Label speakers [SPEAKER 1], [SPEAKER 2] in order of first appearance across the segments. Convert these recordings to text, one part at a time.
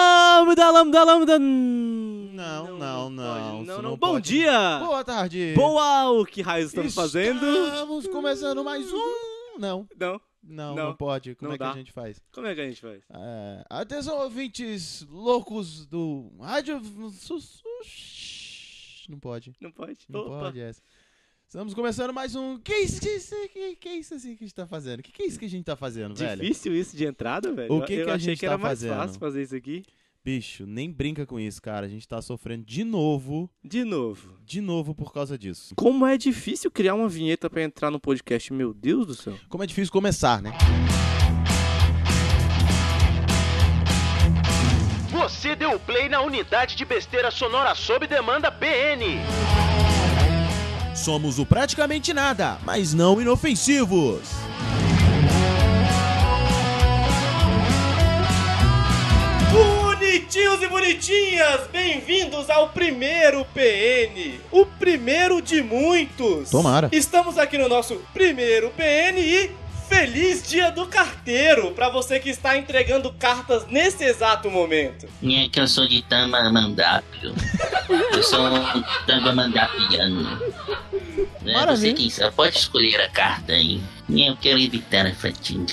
[SPEAKER 1] lambda, lambda, lambda.
[SPEAKER 2] Não, não, não.
[SPEAKER 1] pode,
[SPEAKER 2] isso
[SPEAKER 1] não,
[SPEAKER 2] não
[SPEAKER 1] não. Bom
[SPEAKER 2] pode.
[SPEAKER 1] dia!
[SPEAKER 2] Boa tarde.
[SPEAKER 1] Boa, o que raios estamos fazendo?
[SPEAKER 2] Estamos começando mais um. Não,
[SPEAKER 1] Não,
[SPEAKER 2] não, não,
[SPEAKER 1] Não,
[SPEAKER 2] pode. Como
[SPEAKER 1] não
[SPEAKER 2] é que
[SPEAKER 1] dá.
[SPEAKER 2] a gente faz?
[SPEAKER 1] como é que a gente faz?
[SPEAKER 2] É, atenção, ouvintes loucos do rádio. su- su- Não pode.
[SPEAKER 1] Não pode?
[SPEAKER 2] Não
[SPEAKER 1] Opa.
[SPEAKER 2] pode essa. Estamos começando mais um. Que isso, que isso, que, que isso assim que a gente tá fazendo? Que que é isso que a gente tá fazendo, velho?
[SPEAKER 1] Difícil isso de entrada, velho.
[SPEAKER 2] O que
[SPEAKER 1] eu
[SPEAKER 2] que a
[SPEAKER 1] achei
[SPEAKER 2] gente
[SPEAKER 1] que era
[SPEAKER 2] tá
[SPEAKER 1] mais
[SPEAKER 2] fazendo?
[SPEAKER 1] fácil fazer isso aqui.
[SPEAKER 2] Bicho, nem brinca com isso, cara. A gente tá sofrendo de novo,
[SPEAKER 1] De novo.
[SPEAKER 2] de novo por causa disso.
[SPEAKER 1] Como é difícil criar uma vinheta pra entrar no podcast, meu Deus do céu.
[SPEAKER 2] Como é difícil começar, né?
[SPEAKER 3] Você deu play na unidade de besteira sonora sob demanda BN.
[SPEAKER 2] Somos o praticamente nada, mas não inofensivos.
[SPEAKER 3] Bonitinhos e bonitinhas, bem-vindos ao primeiro PN, o primeiro de muitos.
[SPEAKER 2] Tomara.
[SPEAKER 3] Estamos aqui no nosso primeiro PN e feliz dia do carteiro para você que está entregando cartas nesse exato momento.
[SPEAKER 4] Nem é que eu sou de Tamandápio. Eu sou um Tamandapiano. É, você
[SPEAKER 2] Maravilha.
[SPEAKER 4] quem sabe, pode escolher a carta aí. Nem eu quero evitar a fatinha.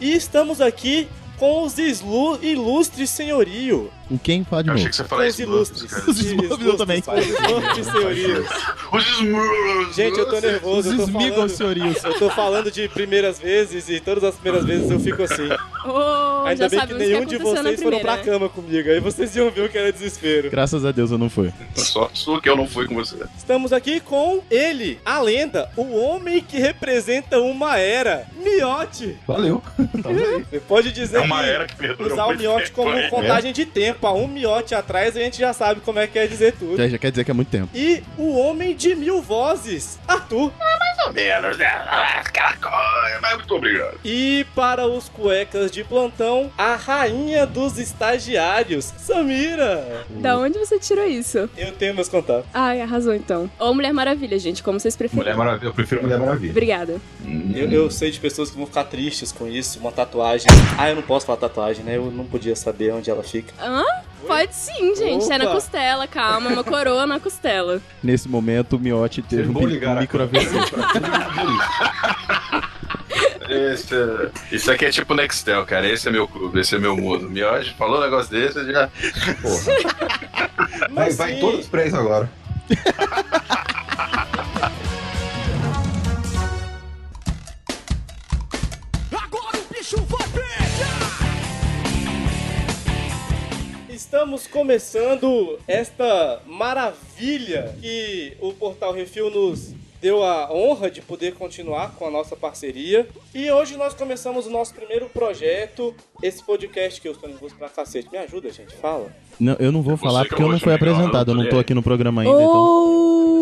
[SPEAKER 3] E estamos aqui com os ilu- ilustres senhorio.
[SPEAKER 2] O quem pode
[SPEAKER 5] Eu achei que você ia
[SPEAKER 3] Com
[SPEAKER 5] falar
[SPEAKER 3] os
[SPEAKER 5] isso. Lucas,
[SPEAKER 3] ilustres.
[SPEAKER 5] cara.
[SPEAKER 2] Os Smurfs eu também.
[SPEAKER 3] Os ilustres senhorios.
[SPEAKER 5] Os Smurfs.
[SPEAKER 3] Gente, eu tô
[SPEAKER 2] Os
[SPEAKER 3] nervoso, eu tô
[SPEAKER 2] esmigam,
[SPEAKER 3] falando...
[SPEAKER 2] senhorio.
[SPEAKER 3] Eu tô falando de primeiras vezes e todas as primeiras vezes eu fico assim.
[SPEAKER 6] Oh,
[SPEAKER 3] Ainda
[SPEAKER 6] já
[SPEAKER 3] bem que
[SPEAKER 6] sabemos o
[SPEAKER 3] nenhum de
[SPEAKER 6] aconteceu na
[SPEAKER 3] vocês foram
[SPEAKER 6] primeira,
[SPEAKER 3] pra
[SPEAKER 6] né?
[SPEAKER 3] cama comigo. Aí vocês iam ver o que era desespero.
[SPEAKER 2] Graças a Deus eu não fui.
[SPEAKER 5] Só, só que eu não fui com você. É
[SPEAKER 3] Estamos aqui com ele, a lenda, o homem que representa uma era, Miote.
[SPEAKER 5] Valeu.
[SPEAKER 3] Você pode dizer
[SPEAKER 5] É uma
[SPEAKER 3] que
[SPEAKER 5] era que perdura
[SPEAKER 3] usar o
[SPEAKER 5] muito
[SPEAKER 3] Miote
[SPEAKER 5] tempo,
[SPEAKER 3] como
[SPEAKER 5] hein?
[SPEAKER 3] contagem de tempo. Há um Miote atrás a gente já sabe como é que é dizer tudo.
[SPEAKER 2] Já, já quer dizer que é muito tempo.
[SPEAKER 3] E o homem de mil vozes, Arthur.
[SPEAKER 5] Mais ou menos, né? Ah, Aquela coisa. Mas muito obrigado.
[SPEAKER 3] E para os cuecas de plantão, a rainha dos estagiários, Samira.
[SPEAKER 6] Da onde você tirou isso?
[SPEAKER 3] Eu tenho meus contatos.
[SPEAKER 6] Ai, arrasou então. Ou Mulher Maravilha, gente, como vocês preferem.
[SPEAKER 5] Mulher Maravilha. Eu prefiro Mulher Maravilha.
[SPEAKER 6] Obrigada.
[SPEAKER 3] Eu,
[SPEAKER 2] Uhum.
[SPEAKER 3] eu sei de pessoas que vão ficar tristes com isso, uma tatuagem. Ah, eu não posso falar tatuagem, né? Eu não podia saber onde ela fica.
[SPEAKER 6] Hã? Pode sim, gente. É na
[SPEAKER 3] Opa.
[SPEAKER 6] costela, calma. Uma coroa na costela.
[SPEAKER 2] Nesse momento, o Miote teve
[SPEAKER 5] Vocês
[SPEAKER 2] um
[SPEAKER 5] vão ligar a
[SPEAKER 2] microavião.
[SPEAKER 5] Esse, é- isso aqui é tipo Nextel, cara. Esse é meu clube, esse é meu mundo. Miote falou um negócio desse, eu já. Porra.
[SPEAKER 3] Mas sim,
[SPEAKER 5] três agora.
[SPEAKER 3] estamos começando esta maravilha que o Portal Refil nos deu a honra de poder continuar com a nossa parceria. E hoje nós começamos o nosso primeiro projeto, esse podcast que eu estou nervoso pra cacete. Me ajuda, gente, fala.
[SPEAKER 2] Não, eu não vou
[SPEAKER 5] Você
[SPEAKER 2] falar
[SPEAKER 5] que
[SPEAKER 2] porque eu não
[SPEAKER 5] hoje
[SPEAKER 2] fui
[SPEAKER 5] é melhor,
[SPEAKER 2] apresentado, eu não tô
[SPEAKER 5] né?
[SPEAKER 2] aqui no programa ainda, então.
[SPEAKER 6] Ou...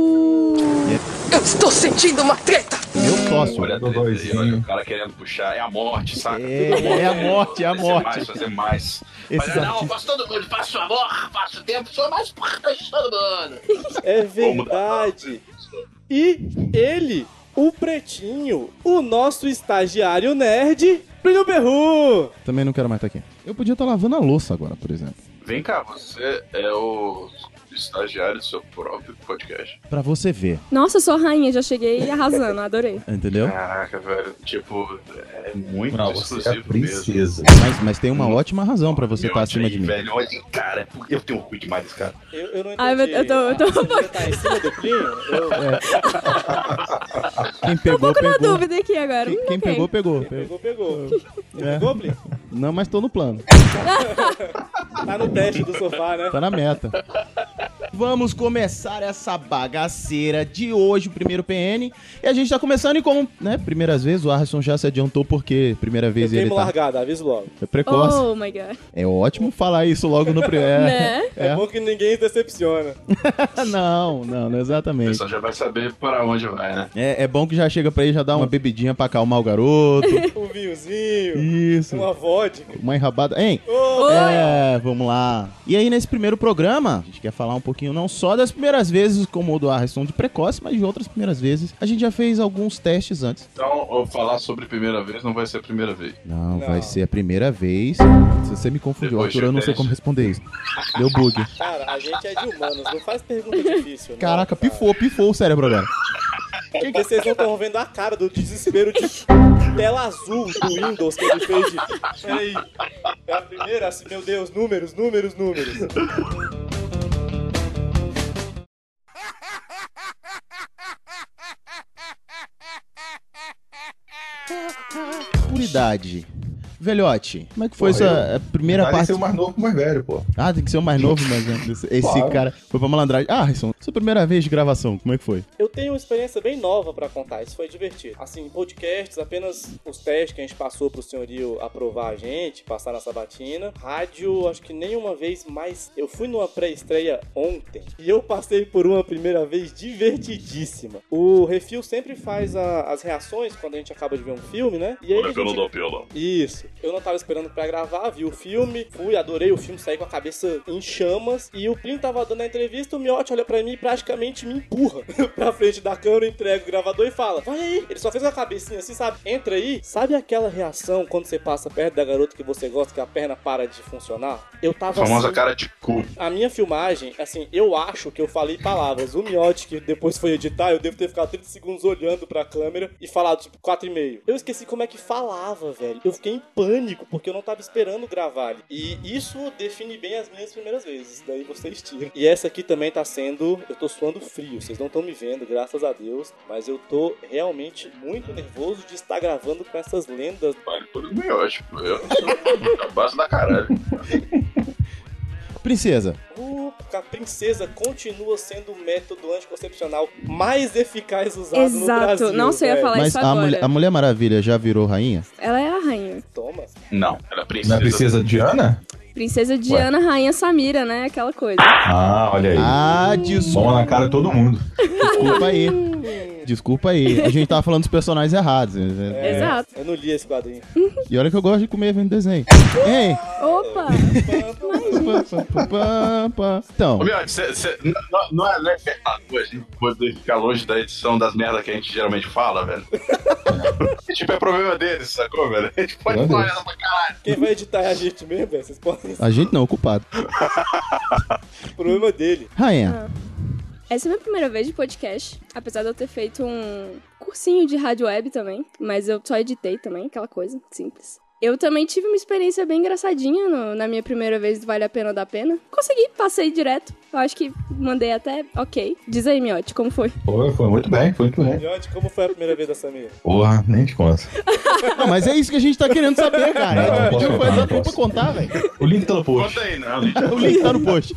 [SPEAKER 7] Eu estou sentindo uma treta!
[SPEAKER 2] Eu posso.
[SPEAKER 5] Olha, a treta aí, olha o cara querendo puxar. É a morte, saca?
[SPEAKER 2] É, é a morte, é a
[SPEAKER 5] Fazer
[SPEAKER 2] morte.
[SPEAKER 5] mais, fazer mais.
[SPEAKER 2] Esses
[SPEAKER 5] Mas não, eu
[SPEAKER 2] artistas.
[SPEAKER 5] faço todo mundo, faço amor, faço tempo, sou mais importante de todo mundo.
[SPEAKER 3] É
[SPEAKER 5] Vamos mudar.
[SPEAKER 3] verdade. E ele, o pretinho, o nosso estagiário nerd, Plínio Berru.
[SPEAKER 2] Também não quero mais estar aqui. Eu podia estar lavando a louça agora, por exemplo.
[SPEAKER 5] Vem cá, você é o estagiário do seu próprio podcast.
[SPEAKER 2] Pra você ver,
[SPEAKER 6] Nossa, eu sou rainha, já cheguei arrasando, adorei.
[SPEAKER 2] entendeu?
[SPEAKER 5] Caraca, velho. Tipo, é muito
[SPEAKER 8] Não, você é a
[SPEAKER 5] exclusivo mesmo.
[SPEAKER 8] princesa.
[SPEAKER 2] Mas, mas tem uma ótima razão pra você
[SPEAKER 5] Meu,
[SPEAKER 8] tá
[SPEAKER 2] estar acima de mim.
[SPEAKER 5] Velho, olha, cara, é porque eu tenho orgulho demais desse cara.
[SPEAKER 3] Eu, eu não entendi.
[SPEAKER 6] Ai, meu- eu tô- eu tô- um
[SPEAKER 3] Ah, você tá em cima do Plínio? Eu-
[SPEAKER 2] Quem pegou,
[SPEAKER 6] Tô na
[SPEAKER 2] pegou.
[SPEAKER 6] dúvida aqui agora.
[SPEAKER 2] Quem,
[SPEAKER 6] Hum,
[SPEAKER 2] quem
[SPEAKER 6] ok.
[SPEAKER 2] pegou, pegou. Pe-
[SPEAKER 3] Pegou, pegou.
[SPEAKER 2] É.
[SPEAKER 3] Pegou, Plínio?
[SPEAKER 2] Não, mas tô no plano.
[SPEAKER 3] Tá no teste do sofá, né?
[SPEAKER 2] Tá na meta. Vamos começar essa bagaceira de hoje, o primeiro PN. E a gente tá começando e com, né? Primeiras vezes, o Arson já se adiantou porque primeira
[SPEAKER 3] Eu
[SPEAKER 2] vez ele
[SPEAKER 3] queimo
[SPEAKER 2] tá.
[SPEAKER 3] largada, aviso logo.
[SPEAKER 2] É precoce.
[SPEAKER 6] Oh my god.
[SPEAKER 2] É ótimo falar isso logo no primeiro.
[SPEAKER 6] Né?
[SPEAKER 3] É. bom que ninguém se decepciona.
[SPEAKER 2] Não, não, não
[SPEAKER 5] O
[SPEAKER 2] exatamente.
[SPEAKER 5] pessoal já vai saber para onde vai, né?
[SPEAKER 2] É, é bom que já chega pra ele já dar uma bebidinha pra acalmar o garoto.
[SPEAKER 3] Um vinhozinho,
[SPEAKER 2] Isso.
[SPEAKER 3] uma vodka.
[SPEAKER 2] Uma enrabada. Hein?
[SPEAKER 3] Ô,
[SPEAKER 6] Oi.
[SPEAKER 2] É, vamos lá. E aí, nesse primeiro programa, a gente quer falar um pouquinho pouquinho, não só das primeiras vezes, como o do Arson de precoce, mas de outras primeiras vezes. A gente já fez alguns testes antes.
[SPEAKER 5] Então, eu falar sobre primeira vez não vai ser a primeira vez.
[SPEAKER 2] Não,
[SPEAKER 3] Não.
[SPEAKER 2] vai ser a primeira vez. Se você me confundiu,
[SPEAKER 5] Depois
[SPEAKER 2] Arthur, eu
[SPEAKER 5] de
[SPEAKER 2] não sei
[SPEAKER 5] teste.
[SPEAKER 2] como responder isso. Deu bug.
[SPEAKER 3] Cara, a gente é de humanos, não faz pergunta difícil. não,
[SPEAKER 2] Caraca,
[SPEAKER 3] cara.
[SPEAKER 2] pifou, pifou o cérebro agora.
[SPEAKER 3] É Porque vocês não estão vendo a cara do desespero de tela azul do Windows que ele fez de. Peraí. É a primeira, assim, meu Deus, números, números, números.
[SPEAKER 2] Por idade. Velhote, como é que foi
[SPEAKER 8] Porra,
[SPEAKER 2] essa a primeira
[SPEAKER 8] Vai
[SPEAKER 2] parte?
[SPEAKER 8] ser o mais novo com o mais velho, pô.
[SPEAKER 2] Ah, tem que ser o mais novo, mas né, esse, esse
[SPEAKER 8] Claro.
[SPEAKER 2] cara foi pra malandragem. Ah, Arson, sua primeira vez de gravação, como é que foi?
[SPEAKER 3] Eu tenho uma experiência bem nova pra contar, isso foi divertido. Assim, podcasts, apenas os testes que a gente passou pro senhorio aprovar a gente, passar na sabatina. Rádio, acho que nenhuma vez mais. Eu fui numa pré-estreia ontem e eu passei por uma primeira vez divertidíssima. O Refil sempre faz a- as reações quando a gente acaba de ver um filme, né? E aí a gente-
[SPEAKER 5] pelo.
[SPEAKER 3] isso. Eu não tava esperando pra gravar, vi o filme, fui, adorei o filme, saí com a cabeça em chamas. E o Plin tava dando a entrevista, o Miotti olha pra mim e praticamente me empurra pra frente da câmera, entrega o gravador e fala: Vai aí! Ele só fez uma cabecinha assim, sabe? Entra aí. Sabe aquela reação quando você passa perto da garota que você gosta, que a perna para de funcionar? Eu
[SPEAKER 5] A
[SPEAKER 3] tava
[SPEAKER 5] famosa
[SPEAKER 3] assim-
[SPEAKER 5] cara de cu.
[SPEAKER 3] a minha filmagem, assim, eu acho que eu falei palavras. O miote que depois foi editar, eu devo ter ficado 30 segundos olhando pra câmera e falado, tipo, 4,5. Eu esqueci como é que falava, velho. Eu fiquei em pânico, porque eu não tava esperando gravar ali. E isso define bem as minhas primeiras vezes. Daí vocês tiram. E essa aqui também tá sendo. Eu tô suando frio. Vocês não estão me vendo, graças a Deus. Mas eu tô realmente muito nervoso de estar gravando com essas lendas.
[SPEAKER 5] Vale tudo bem, eu acho. Eu sou a base da caralho.
[SPEAKER 2] Princesa,
[SPEAKER 3] Uh, a princesa continua sendo o método anticoncepcional mais eficaz usado no
[SPEAKER 6] Exato,
[SPEAKER 3] Brasil.
[SPEAKER 6] não sei
[SPEAKER 3] velho.
[SPEAKER 6] falar
[SPEAKER 2] mas
[SPEAKER 6] isso
[SPEAKER 2] a
[SPEAKER 6] agora.
[SPEAKER 2] mulher, a mulher Maravilha já virou rainha?
[SPEAKER 6] Ela é a rainha.
[SPEAKER 3] Toma.
[SPEAKER 5] Não, ela é princesa.
[SPEAKER 8] Não é princesa Diana?
[SPEAKER 6] Princesa Diana, rainha Samira, né? Aquela coisa.
[SPEAKER 8] Ah, olha aí.
[SPEAKER 2] Ah, desculpa
[SPEAKER 8] Soma na cara de todo mundo.
[SPEAKER 2] aí. Desculpa aí. A gente tava falando dos personagens errados. né?
[SPEAKER 6] Exato.
[SPEAKER 3] Eu não li esse quadrinho.
[SPEAKER 2] E olha que eu gosto de comer vendo desenho. Ei!
[SPEAKER 6] Opa!
[SPEAKER 2] pá, pá, pá, pá, pá. Então,
[SPEAKER 5] Ô, meu, cê- cê- n- n- não é, não é errado a gente poder ficar longe da edição das merdas que a gente geralmente fala, velho. tipo, é problema deles, sacou, velho? A gente pode
[SPEAKER 8] Meu
[SPEAKER 5] falar
[SPEAKER 8] Deus.
[SPEAKER 5] ela pra caralho.
[SPEAKER 3] Quem vai editar é a gente mesmo, velho. Vocês podem.
[SPEAKER 2] a gente não, o culpado.
[SPEAKER 3] O problema é dele.
[SPEAKER 2] Rainha,
[SPEAKER 6] Essa é a minha primeira vez de podcast, apesar de eu ter feito um cursinho de rádio web também, mas eu só editei também, aquela coisa simples. Eu também tive uma experiência bem engraçadinha no- na minha primeira vez do Vale a Pena ou da Pena. Consegui, passei direto. Eu acho que mandei até ok. Diz aí, Miotti, como foi?
[SPEAKER 8] Foi, foi muito bem, foi muito bem.
[SPEAKER 3] Miotti, como foi a primeira vez da Samira?
[SPEAKER 8] Porra, nem te conto.
[SPEAKER 2] não, mas é isso que a gente tá querendo saber,
[SPEAKER 8] Não, não
[SPEAKER 2] cara. Pediu
[SPEAKER 8] posso
[SPEAKER 2] foi
[SPEAKER 8] contar, não
[SPEAKER 2] exatamente pra
[SPEAKER 8] posso.
[SPEAKER 2] contar, velho.
[SPEAKER 8] O link tá no post.
[SPEAKER 5] Conta aí, não, gente.
[SPEAKER 2] O link tá no post.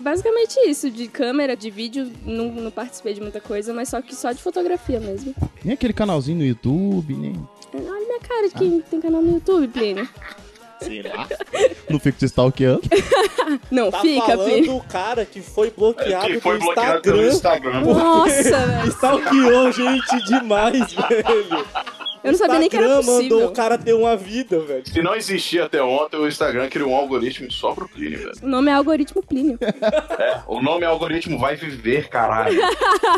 [SPEAKER 6] Basicamente isso, de câmera, de vídeo, não, não participei de muita coisa, mas só que só de fotografia mesmo.
[SPEAKER 2] Nem aquele canalzinho no YouTube, nem.
[SPEAKER 6] Olha minha cara de
[SPEAKER 3] Ah.
[SPEAKER 6] quem tem canal no YouTube, Plínio.
[SPEAKER 2] Não fico te stalkeando.
[SPEAKER 6] Não,
[SPEAKER 3] Tá
[SPEAKER 6] fica, Plínio.
[SPEAKER 3] falando o cara que foi bloqueado
[SPEAKER 5] É, Que foi
[SPEAKER 3] do
[SPEAKER 5] bloqueado pelo
[SPEAKER 3] Instagram.
[SPEAKER 5] Instagram.
[SPEAKER 6] Nossa, velho.
[SPEAKER 3] Stalkeou gente demais, velho.
[SPEAKER 6] Eu não sabia nem que era
[SPEAKER 3] Instagram mandou
[SPEAKER 6] possível.
[SPEAKER 3] o cara ter uma vida, velho.
[SPEAKER 5] Se não existia até ontem, o Instagram criou um algoritmo só pro Plínio, velho.
[SPEAKER 6] O nome é Algoritmo Plínio.
[SPEAKER 5] É, o nome algoritmo vai viver, caralho.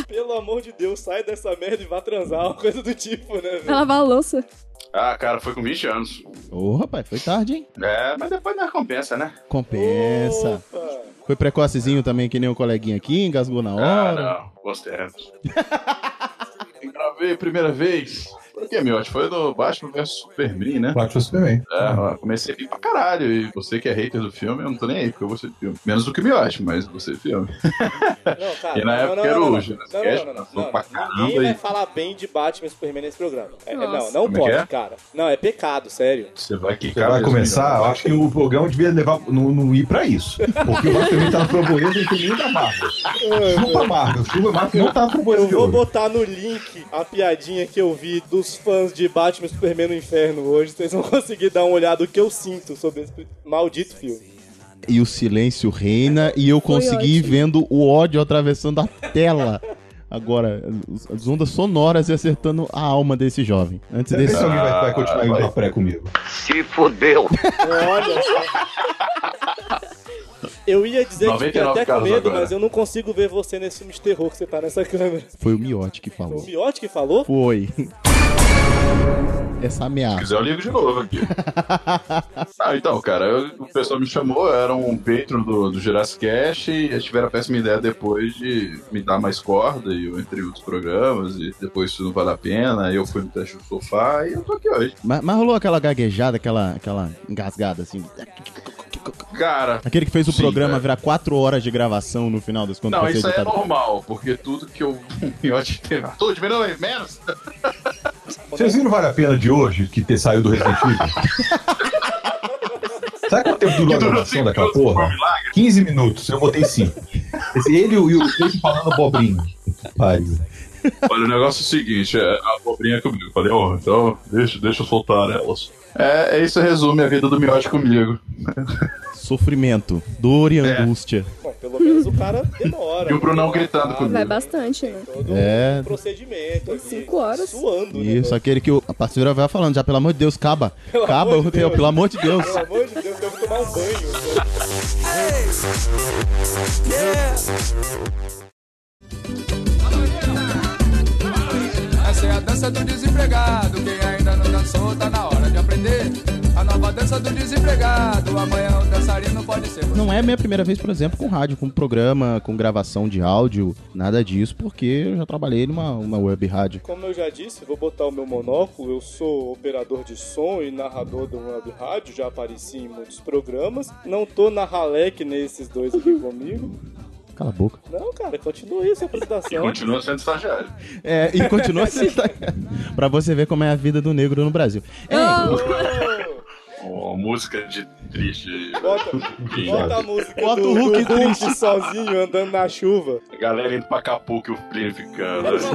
[SPEAKER 3] Pelo amor de Deus, sai dessa merda e vá transar. Uma coisa do tipo, né,
[SPEAKER 6] Pra
[SPEAKER 3] velho?
[SPEAKER 6] lavar a louça.
[SPEAKER 5] Ah, cara, foi com 20 anos.
[SPEAKER 2] Ô, rapaz, foi tarde, hein?
[SPEAKER 5] É, mas depois não compensa, né?
[SPEAKER 2] Compensa.
[SPEAKER 3] Opa.
[SPEAKER 2] Foi precocezinho também, que nem o coleguinha aqui, engasgou na hora.
[SPEAKER 5] Ah, não, bons tempos. Eu Gravei a primeira vez. Por que, Miotti? Foi do Batman vs Superman, né?
[SPEAKER 8] Bate super bem.
[SPEAKER 5] É, eu comecei a vir pra caralho. E você que é hater do filme, eu não tô nem aí, porque eu gostei do filme. Menos do que o Miotti, mas você filme.
[SPEAKER 3] Não, cara,
[SPEAKER 5] E na
[SPEAKER 3] não,
[SPEAKER 5] época
[SPEAKER 3] não,
[SPEAKER 5] era
[SPEAKER 3] não,
[SPEAKER 5] o
[SPEAKER 3] não.
[SPEAKER 5] Jonas
[SPEAKER 3] Não,
[SPEAKER 5] Cage,
[SPEAKER 3] não, não,
[SPEAKER 5] passou
[SPEAKER 3] não,
[SPEAKER 5] pra
[SPEAKER 3] não.
[SPEAKER 5] caramba
[SPEAKER 3] Ninguém vai
[SPEAKER 5] aí.
[SPEAKER 3] falar bem de Batman e Superman nesse programa. É, é, não,
[SPEAKER 6] Nossa.
[SPEAKER 3] não
[SPEAKER 5] Como é
[SPEAKER 3] pode,
[SPEAKER 5] que é?
[SPEAKER 3] cara. Não, é pecado, sério.
[SPEAKER 5] Você vai que
[SPEAKER 8] Você vai começar, eu acho que o programa devia levar, não, não ir pra isso. Porque o Batman tá na proboeza e tem nem da Marvel. Chupa Marvel, chupa Marvel não tá na proboeza
[SPEAKER 3] Eu
[SPEAKER 8] de
[SPEAKER 3] vou
[SPEAKER 8] hoje.
[SPEAKER 3] botar no link a piadinha que eu vi dos fãs de Batman e Superman no Inferno hoje. Vocês vão conseguir dar uma olhada o que eu sinto sobre esse maldito filme.
[SPEAKER 2] E o silêncio reina e eu
[SPEAKER 6] Foi
[SPEAKER 2] consegui ir
[SPEAKER 6] ótimo.
[SPEAKER 2] vendo o ódio atravessando a tela. Agora, as- as ondas sonoras e acertando a alma desse jovem. Antes
[SPEAKER 5] É
[SPEAKER 8] Vê se
[SPEAKER 2] desse.
[SPEAKER 8] alguém vai, vai continuar indo na pré comigo.
[SPEAKER 3] Olha só. Eu ia dizer que fiquei
[SPEAKER 5] 99
[SPEAKER 3] até com
[SPEAKER 5] casos
[SPEAKER 3] medo,
[SPEAKER 5] agora.
[SPEAKER 3] mas eu não consigo ver você nesse filme de terror que você tá nessa câmera.
[SPEAKER 2] Foi o Miotti que
[SPEAKER 3] Foi o
[SPEAKER 2] falou.
[SPEAKER 3] Miotti que falou?
[SPEAKER 2] Foi. Essa ameaça.
[SPEAKER 5] quiser, eu ligo de novo aqui. ah, então, cara, eu- o pessoal me chamou, eu era um patron do, do Jurassic Cash e eles tiveram a péssima ideia depois de me dar mais corda e eu entrei em outros programas e depois isso não vale a pena, aí eu fui no teste do sofá e eu tô aqui hoje.
[SPEAKER 2] Mas, mas rolou aquela gaguejada, aquela, aquela engasgada, assim.
[SPEAKER 5] Cara,
[SPEAKER 2] Aquele que fez o
[SPEAKER 5] Sim,
[SPEAKER 2] programa
[SPEAKER 5] cara.
[SPEAKER 2] virar quatro horas de gravação no final das contas.
[SPEAKER 5] não,
[SPEAKER 2] pra ser
[SPEAKER 5] isso aí é
[SPEAKER 2] editado.
[SPEAKER 5] normal, porque tudo que eu. o Miotti teve. Tudo diminuiu menos?
[SPEAKER 8] Vocês viram Vale a Pena de hoje, que ter saiu do Resident Evil? Sabe quanto tempo durou a
[SPEAKER 5] durou
[SPEAKER 8] gravação
[SPEAKER 5] cinco
[SPEAKER 8] daquela
[SPEAKER 5] minutos, foi um
[SPEAKER 8] porra? 15 minutos, eu botei 5. Ele e o- e o Pedro falando bobrinho. Pariu.
[SPEAKER 5] Olha, o negócio é o seguinte, é, a pobrinha é comigo. Eu Falei, ó, então deixa, deixa eu soltar elas. É, é isso resume a vida do Miotti comigo.
[SPEAKER 2] Sofrimento, dor e
[SPEAKER 5] É.
[SPEAKER 2] angústia.
[SPEAKER 3] Bom, pelo menos o cara demora.
[SPEAKER 5] E o Brunão
[SPEAKER 3] né?
[SPEAKER 5] gritando comigo.
[SPEAKER 6] Vai bastante, né?
[SPEAKER 3] Todo
[SPEAKER 2] É.
[SPEAKER 3] um procedimento. ali,
[SPEAKER 6] Cinco horas.
[SPEAKER 3] Suando, né?
[SPEAKER 2] Isso, aquele que o- a pastora vai falando já, pelo amor de Deus, caba.
[SPEAKER 3] Pelo
[SPEAKER 2] caba
[SPEAKER 3] amor
[SPEAKER 2] o
[SPEAKER 3] de
[SPEAKER 2] hotel,
[SPEAKER 3] Deus.
[SPEAKER 2] pelo amor de Deus.
[SPEAKER 3] Pelo amor de Deus, eu vou tomar um banho.
[SPEAKER 9] Essa é a dança do desempregado. Quem ainda não dançou, tá na hora de aprender. A nova dança do desempregado. Amanhã o dançarino pode ser você.
[SPEAKER 2] Não é a minha primeira vez, por exemplo, com rádio, com programa, com gravação de áudio, nada disso, porque eu já trabalhei numa uma web rádio.
[SPEAKER 3] Como eu já disse, vou botar o meu monóculo. Eu sou operador de som e narrador do web rádio, já apareci em muitos programas. Não tô na ralé que nem esses dois aqui comigo.
[SPEAKER 2] Cala a boca.
[SPEAKER 3] Não, cara, continua isso a apresentação.
[SPEAKER 5] Continua sendo estagiário.
[SPEAKER 2] É, e continua sendo. pra você ver como é a vida do negro no Brasil. Ei,
[SPEAKER 5] Ó, música de triste aí.
[SPEAKER 3] Bota,
[SPEAKER 5] Enfim,
[SPEAKER 3] bota a música
[SPEAKER 2] Bota
[SPEAKER 3] do,
[SPEAKER 2] o Hulk
[SPEAKER 3] do Hulk sozinho andando na chuva.
[SPEAKER 5] a galera indo pra Acapulco e o Plínio ficando. assim.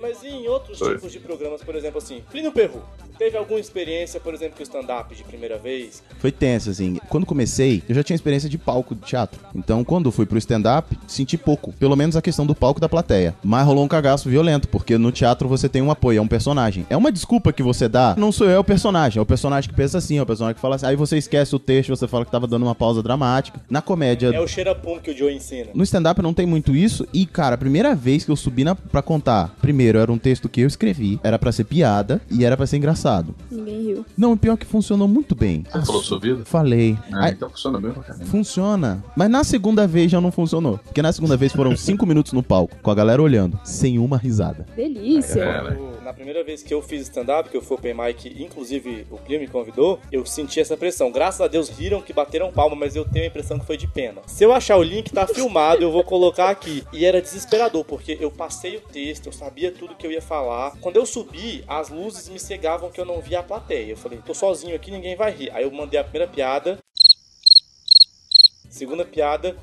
[SPEAKER 3] Mas e em outros
[SPEAKER 5] Oi.
[SPEAKER 3] tipos de programas, por exemplo, assim, Plínio Perru, teve alguma experiência, por exemplo, com stand-up de primeira vez?
[SPEAKER 2] Foi tenso, assim. Quando comecei, eu já tinha experiência de palco de teatro. Então, quando eu fui pro stand-up, senti pouco. Pelo menos a questão do palco e da plateia. Mas rolou um cagaço violento, porque no teatro você tem um apoio, é um personagem. É uma desculpa que você dá. Não sou eu, é o personagem. É o personagem que pensa assim, é o personagem que fala assim. Aí você esquece o texto, você fala que tava dando uma pausa dramática. Na comédia.
[SPEAKER 3] É o cheirapum que o Joe ensina.
[SPEAKER 2] No stand-up não tem muito isso. E, cara, a primeira vez que eu subi na, pra contar, primeiro, era um texto que eu escrevi, era pra ser piada e era pra ser engraçado.
[SPEAKER 6] Ninguém riu.
[SPEAKER 2] Não, pior que funcionou muito bem.
[SPEAKER 5] Você falou sua vida?
[SPEAKER 2] Falei.
[SPEAKER 5] Ah,
[SPEAKER 2] Aí-
[SPEAKER 5] então funciona bem pra caramba.
[SPEAKER 2] Funciona. Mas na segunda vez já não funcionou. Porque na segunda vez foram cinco minutos no palco, com a galera olhando, sem uma risada.
[SPEAKER 6] Delícia.
[SPEAKER 5] É, né?
[SPEAKER 3] Eu- Na primeira vez que eu fiz stand-up, que eu fui open mic, inclusive o Plínio me convidou, eu senti essa pressão. Graças a Deus riram que bateram palma, mas eu tenho a impressão que foi de pena. Se eu achar o link, tá filmado, eu vou colocar aqui. E era desesperador, porque eu passei o texto, eu sabia tudo que eu ia falar. Quando eu subi, as luzes me cegavam que eu não via a plateia. Eu falei, tô sozinho aqui, ninguém vai rir. Aí eu mandei a primeira piada. Segunda piada.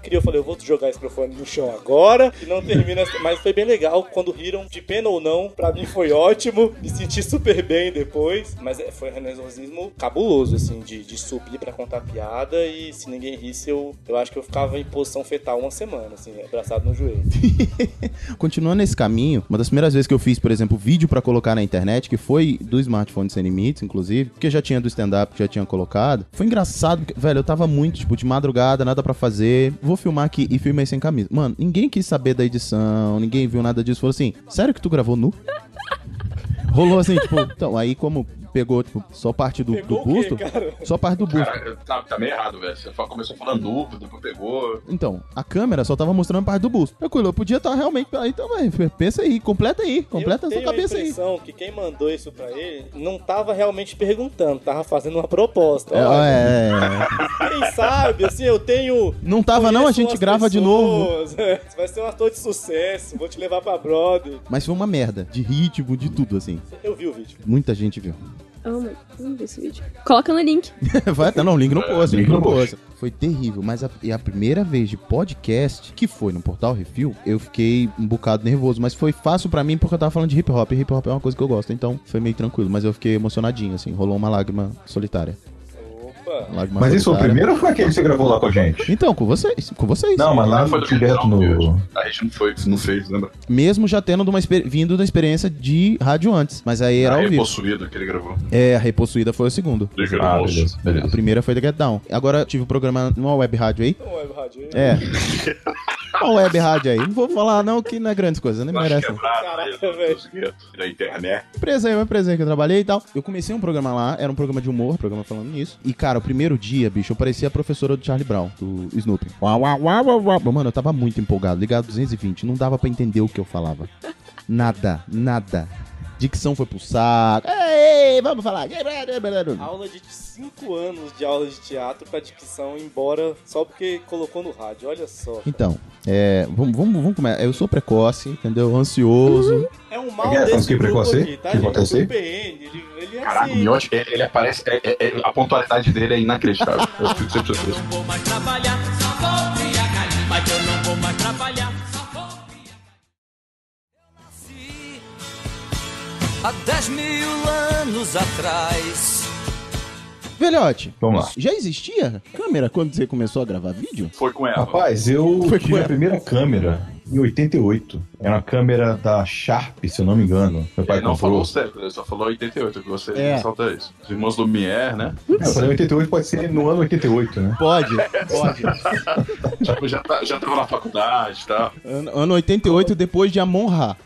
[SPEAKER 3] Queria, eu falei, eu vou jogar esse microfone no chão agora e não termina. essa- Mas foi bem legal. Quando riram, de pena ou não, pra mim foi ótimo. Me senti super bem depois. Mas é, foi um nervosismo cabuloso, assim, de, de subir pra contar piada. E se ninguém risse, eu, eu acho que eu ficava em posição fetal uma semana, assim, abraçado no joelho.
[SPEAKER 2] Continuando esse caminho, uma das primeiras vezes que eu fiz, por exemplo, vídeo pra colocar na internet, que foi do smartphone sem limites, inclusive, porque eu já tinha do stand-up, que já tinha colocado. Foi engraçado, porque, velho, eu tava muito, tipo, de madrugada, nada pra fazer. Vou filmar aqui e filmei sem camisa. Mano, ninguém quis saber da edição, ninguém viu nada disso. Falou assim: sério que tu gravou nu? Rolou assim, tipo, então, aí como pegou, tipo, só parte do, do
[SPEAKER 3] Pegou o quê,
[SPEAKER 2] busto.
[SPEAKER 3] cara?
[SPEAKER 2] Só parte do busto.
[SPEAKER 5] Cara, tá, tá meio errado, velho. Você fa- começou falando dúvida, depois pegou.
[SPEAKER 2] Então, a câmera só tava mostrando parte do busto. Eu, eu podia estar realmente. ah, Então, vai, pensa aí, completa aí, completa
[SPEAKER 3] eu
[SPEAKER 2] essa
[SPEAKER 3] tenho
[SPEAKER 2] cabeça
[SPEAKER 3] a
[SPEAKER 2] aí.
[SPEAKER 3] impressão que quem mandou isso pra ele não tava realmente perguntando, tava fazendo uma proposta.
[SPEAKER 2] É,
[SPEAKER 3] Olha,
[SPEAKER 2] é, é.
[SPEAKER 3] Quem sabe, assim, eu tenho
[SPEAKER 2] Não tava, não, a gente grava de novo.
[SPEAKER 3] Você vai ser um ator de sucesso, vou te levar pra brother.
[SPEAKER 2] Mas foi uma merda, de ritmo, de tudo, assim.
[SPEAKER 3] Eu vi o vídeo.
[SPEAKER 2] Muita gente viu.
[SPEAKER 6] Oh, meu, vamos ver esse vídeo. Coloca no link.
[SPEAKER 2] Vai até, não, link no post, link no
[SPEAKER 8] no post.
[SPEAKER 2] post. Foi terrível, mas a, e a primeira vez de podcast, que foi no Portal Refil, eu fiquei um bocado nervoso, mas foi fácil pra mim porque eu tava falando de hip hop, e hip hop é uma coisa que eu gosto, então foi meio tranquilo, mas eu fiquei emocionadinho, assim, rolou uma lágrima solitária.
[SPEAKER 3] Opa,
[SPEAKER 2] Lago
[SPEAKER 8] Mas esse foi o
[SPEAKER 2] Majoritário.
[SPEAKER 8] primeiro ou foi aquele que você gravou lá com a gente?
[SPEAKER 2] Então, com vocês, com vocês.
[SPEAKER 8] Não, mas lá
[SPEAKER 5] Não Ah, foi
[SPEAKER 8] foi
[SPEAKER 5] do
[SPEAKER 8] direto
[SPEAKER 5] Pedrão,
[SPEAKER 8] no.
[SPEAKER 5] A gente não foi, não fez, lembra?
[SPEAKER 2] Mesmo já tendo de uma exper- vindo da experiência de rádio antes. Mas aí era
[SPEAKER 5] a
[SPEAKER 2] ao vivo.
[SPEAKER 5] Repossuído que ele gravou.
[SPEAKER 2] É, a Repossuída foi o segundo.
[SPEAKER 5] Do Júlio
[SPEAKER 8] Ah,
[SPEAKER 5] Moço.
[SPEAKER 8] beleza,
[SPEAKER 2] A
[SPEAKER 8] beleza.
[SPEAKER 2] primeira foi The Get Down. Agora eu tive um programa numa web rádio aí.
[SPEAKER 3] Não é rádio.
[SPEAKER 2] É. Uma web rádio aí. Não vou falar, não, que não é grandes coisas, nem
[SPEAKER 5] Eu acho
[SPEAKER 2] merece.
[SPEAKER 5] que é brabo,
[SPEAKER 3] Caraca,
[SPEAKER 5] né?
[SPEAKER 3] velho.
[SPEAKER 5] Da internet.
[SPEAKER 2] empresa aí, uma empresa aí que eu trabalhei e tal. Eu comecei um programa lá, era um programa de humor, programa falando nisso. E, cara, o primeiro dia, bicho, eu parecia a professora do Charlie Brown, do Snoopy. Uau, uau, uau, uau, uau. Mano, eu tava muito empolgado, ligado 220, não dava pra entender o que eu falava. Nada, nada. Dicção foi pro saco. Ei, vamos falar.
[SPEAKER 3] Aula de 5 anos de aula de teatro pra dicção embora só porque colocou no rádio, olha só.
[SPEAKER 2] Então, é, vamos, vamos, vamos começar. Eu sou precoce, entendeu? Ansioso.
[SPEAKER 3] É um mal
[SPEAKER 8] Quer falar
[SPEAKER 3] desse
[SPEAKER 8] que
[SPEAKER 3] grupo
[SPEAKER 8] preconceito?
[SPEAKER 3] aqui, tá,
[SPEAKER 8] Que
[SPEAKER 3] gente?
[SPEAKER 8] preconceito?
[SPEAKER 3] O PN, ele, ele é
[SPEAKER 5] Caraca, o
[SPEAKER 3] assim.
[SPEAKER 5] Miotti, ele, ele aparece. é- é- é- a pontualidade dele é inacreditável. Eu fico sempre surpreso.
[SPEAKER 7] Há 10 mil anos atrás.
[SPEAKER 2] Velhote,
[SPEAKER 8] Vamos lá.
[SPEAKER 2] já existia câmera quando você começou a gravar vídeo?
[SPEAKER 5] Foi com ela.
[SPEAKER 8] Rapaz, eu
[SPEAKER 2] Foi com
[SPEAKER 8] tive
[SPEAKER 2] ela.
[SPEAKER 8] a primeira câmera em 88. Era uma câmera da Sharp, se eu não me engano. Meu pai
[SPEAKER 5] Ele não falou
[SPEAKER 8] comprou.
[SPEAKER 5] o século, ele só falou 88, que você
[SPEAKER 2] É.
[SPEAKER 5] ressalta isso. Os irmãos Lumière, né?
[SPEAKER 8] Eu falei 88 pode ser no ano 88, né?
[SPEAKER 2] Pode, pode.
[SPEAKER 5] Tipo, já, tá, já tava na faculdade e tal.
[SPEAKER 2] Ano, ano 88, depois de Amon Ra.